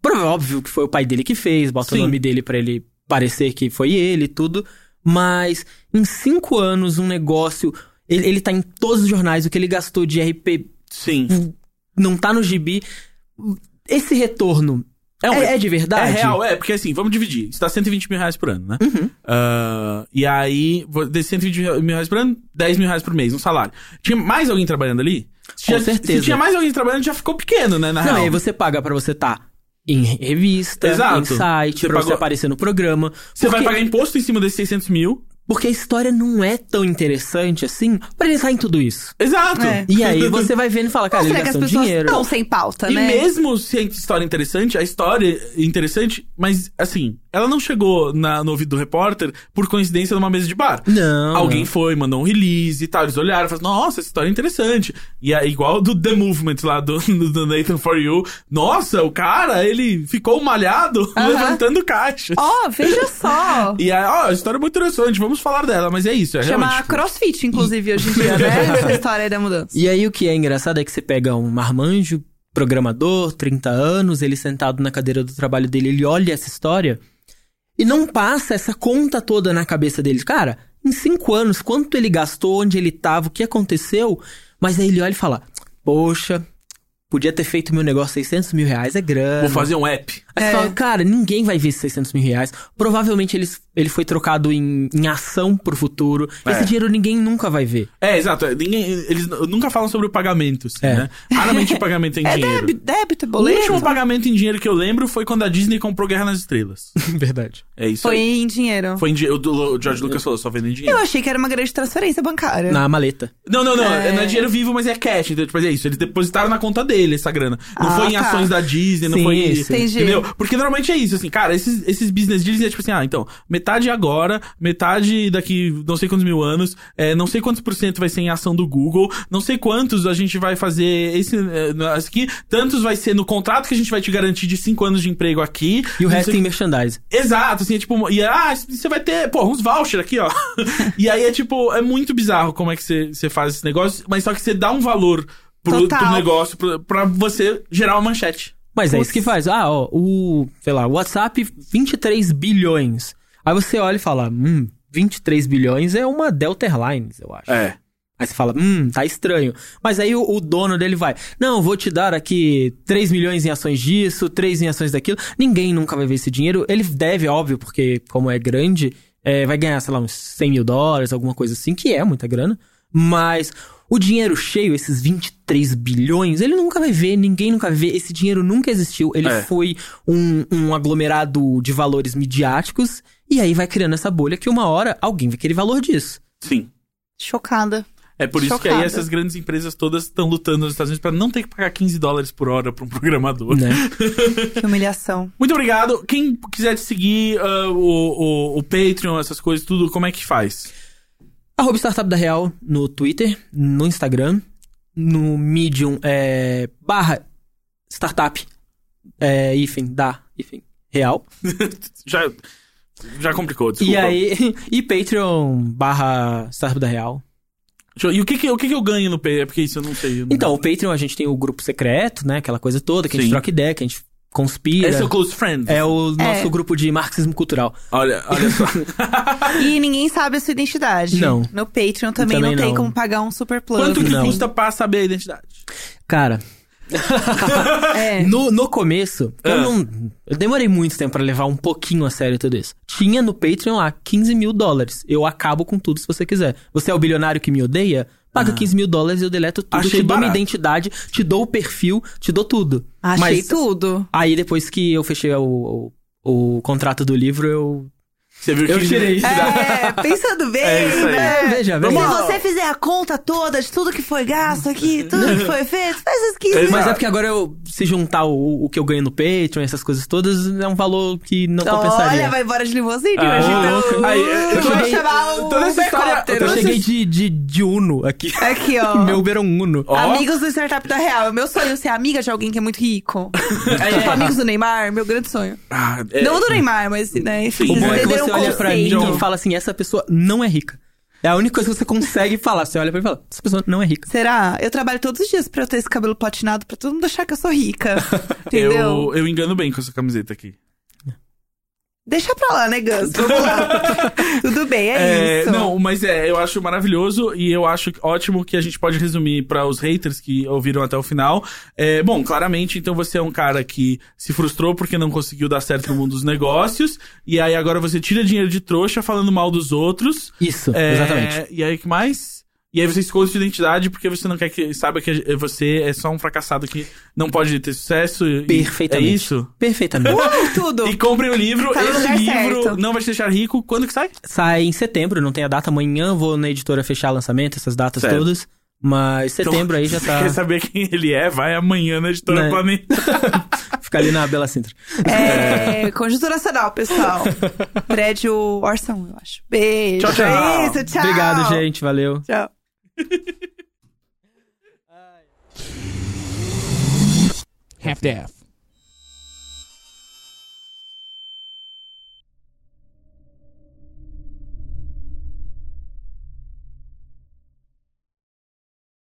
Prova- Óbvio que foi o pai dele que fez, bota Sim. o nome dele pra ele parecer que foi ele e tudo. Mas em 5 anos, um negócio. Ele, ele tá em todos os jornais, o que ele gastou de RP Sim. não tá no gibi. Esse retorno é, é de verdade? É real, é, porque assim, vamos dividir. Isso dá 120 mil reais por ano, né? Uhum. Ah, e aí, vo- desses 120 mil reais por ano, 10 mil reais por mês, um salário. Tinha mais alguém trabalhando ali? Se Com tinha- Se certeza. tinha mais alguém trabalhando, já ficou pequeno, né, na Não, e real. aí você paga pra você tá em revista, Exato. em site, Você pra você pagou- aparecer no programa. Você vai Porque- pagar imposto em cima desses 600 mil. Porque a história não é tão interessante assim pra ele sair em tudo isso. Exato. É. E aí você vai vendo e fala, cara, Ou ele será que as gastou pessoas dinheiro. estão sem pauta, E né? mesmo se a história é interessante, a história é interessante, mas assim, ela não chegou na- no ouvido do repórter por coincidência numa mesa de bar. Não. Alguém foi, mandou um release e tal. Eles olharam e falaram, nossa, essa história é interessante. E é igual do The Movement lá, do, do Nathan For You. Nossa, o cara, ele ficou malhado Aham. levantando caixa. Ó, veja só. E aí, ó, a história é muito interessante, vamos falar dela. Mas é isso, é Chama realmente... crossfit, inclusive, hoje em dia, né? Essa história aí da mudança. E aí o que é engraçado é que você pega um marmanjo, programador, 30 anos, ele sentado na cadeira do trabalho dele, ele olha essa história e não passa essa conta toda na cabeça dele. Cara, em cinco anos, quanto ele gastou, onde ele tava, o que aconteceu? Mas aí ele olha e fala, poxa, podia ter feito meu negócio 600 mil reais, é grana. Vou fazer um app. Aí você É. fala, cara, ninguém vai ver esses 600 mil reais. Provavelmente ele, ele foi trocado em, em ação pro futuro. É. Esse dinheiro ninguém nunca vai ver. É, exato. é, ninguém- eles n- nunca falam sobre o pagamento, assim, É. né? Raramente o pagamento é em É dinheiro. débito, débito, é O último boleto. pagamento em dinheiro que eu lembro foi quando a Disney comprou Guerra nas Estrelas. Verdade. É isso Foi aí. em dinheiro. Foi em dinheiro. O do- o George Lucas falou, só vendo em Eu dinheiro. achei que era uma grande transferência bancária. Na maleta. Não, não, não. É. Não é dinheiro vivo, mas é cash. Então, tipo, é isso. Eles depositaram na conta dele essa grana. Não Ah, foi em tá. ações da Disney, não Sim, foi em. sim. Entendi. Entendeu? Porque normalmente é isso, assim, cara, esses, esses business deals é tipo assim, ah, então, metade agora, metade daqui não sei quantos mil anos, é, não sei quantos por cento vai ser em ação do Google, não sei quantos a gente vai fazer esse, é, no- esse aqui, tantos vai ser no contrato que a gente vai te garantir de cinco anos de emprego aqui. E o não resto sei em merchandise. Exato, assim, é tipo, e ah, você vai ter, pô, uns voucher aqui, ó. e aí é tipo, é muito bizarro como é que você, você faz esse negócio, mas só que você dá um valor pro, Total. pro negócio, pro, pra você gerar uma manchete. Mas é Putz. isso que faz. Ah, ó, o, sei lá, o WhatsApp, 23 bilhões. Aí você olha e fala, hum, 23 bilhões é uma Delta Airlines, eu acho. É. Aí você fala, hum, tá estranho. Mas aí o, o dono dele vai, não, vou te dar aqui 3 milhões em ações disso, 3 em ações daquilo. Ninguém nunca vai ver esse dinheiro. Ele deve, óbvio, porque como é grande, é, vai ganhar, sei lá, uns 100 mil dólares, alguma coisa assim, que é muita grana. Mas o dinheiro cheio, esses 23 bilhões, ele nunca vai ver, ninguém nunca vai ver. Esse dinheiro nunca existiu. Ele É. foi um, um aglomerado de valores midiáticos. E aí vai criando essa bolha que uma hora alguém vai querer valor disso. Sim. Chocada. É por isso que aí Chocada. essas grandes empresas todas estão lutando nos Estados Unidos pra não ter que pagar 15 dólares por hora pra um programador. Né? Que humilhação. Muito obrigado. Quem quiser te seguir, ah, o, o, o Patreon, essas coisas, tudo, como é que faz? Arroba Startup da Real no Twitter, no Instagram, no Medium é barra startup é, hífen, da hífen, real. Já, já complicou, desculpa. E aí, e Patreon barra startup da real. Deixa eu- E o que que, o que que eu ganho no Patreon? É porque isso eu não sei. eu não- Então, o Patreon a gente tem o grupo secreto, né? Aquela coisa toda, que a Sim. gente troca ideia, que a gente conspira. Esse é o Close Friends. É o É. nosso grupo de marxismo cultural. Olha, olha só. E ninguém sabe a sua identidade. Não. No Patreon também, Também não, tem não. como pagar um super plano. Quanto que Não. custa pra saber a identidade? Cara, É. No, no começo, Ah. eu não. Eu demorei muito tempo pra levar um pouquinho a sério tudo isso. Tinha no Patreon lá 15 mil dólares. Eu acabo com tudo se você quiser. Você é o bilionário que me odeia? Paga 15 mil dólares, eu deleto tudo. Ah. Achei te dou minha barato. identidade, te dou o perfil, te dou tudo. Achei Mas tudo. aí depois que eu fechei o, o, o contrato do livro, eu. Você viu que Eu tirei. É, pensando bem, É isso aí. né? Veja, veja. Se Vamos lá. você fizer a conta toda de tudo que foi gasto aqui, tudo que foi feito, faz as 15 Exato. Mas é porque agora eu, se juntar o, o que eu ganho no Patreon, essas coisas todas, é um valor que não compensaria. Olha, vai embora de limusine. Ah, imagina. louco. Aí, eu eu vou cheguei- chamar o toda essa história- helicóptero. Eu Vocês- cheguei de, de, de Uno aqui. Aqui, ó. Meu Uber é um Uno. Ó. Amigos do Startup da Real. É Meu sonho ser amiga de alguém que é muito rico. Tipo, amigos do Neymar, meu grande sonho. Ah, é- Não do Neymar, mas, né, enfim. O O bom é que entenderam você o olha pra mim um conceito. e fala assim, essa pessoa não é rica. É a única coisa que você consegue falar. Você olha pra mim e fala, essa pessoa não é rica. Será? Eu trabalho todos os dias pra eu ter esse cabelo platinado, pra todo mundo achar que eu sou rica. entendeu? eu, eu engano bem com essa camiseta aqui. Deixa pra lá, né, Gus? Vamos lá. Tudo bem, é, É, isso. Não, mas é, eu acho maravilhoso e eu acho ótimo que a gente pode resumir pra os haters que ouviram até o final. É, bom, claramente, então você é um cara que se frustrou porque não conseguiu dar certo no mundo dos negócios e aí agora você tira dinheiro de trouxa falando mal dos outros. Isso, É, exatamente. E aí, o que mais? E aí você esconde sua identidade porque você não quer que saiba que você é só um fracassado que não pode ter sucesso. e- Perfeitamente. É isso? Perfeitamente. Tudo. E compre o livro. Tá no Esse lugar livro certo. não vai te deixar rico. Quando que sai? Sai em setembro, não tem a data. Amanhã vou na editora fechar lançamento, essas datas Certo. todas. Mas setembro aí já se Então, Quer tá. saber quem ele é? Vai amanhã na Editora Né? Planeta. Fica ali na Bela Sintra. É, conjuntura nacional, pessoal. Prédio Orson, eu acho. Beijo. Tchau, tchau. É isso, tchau. Obrigado, gente. Valeu. Tchau. half-deaf.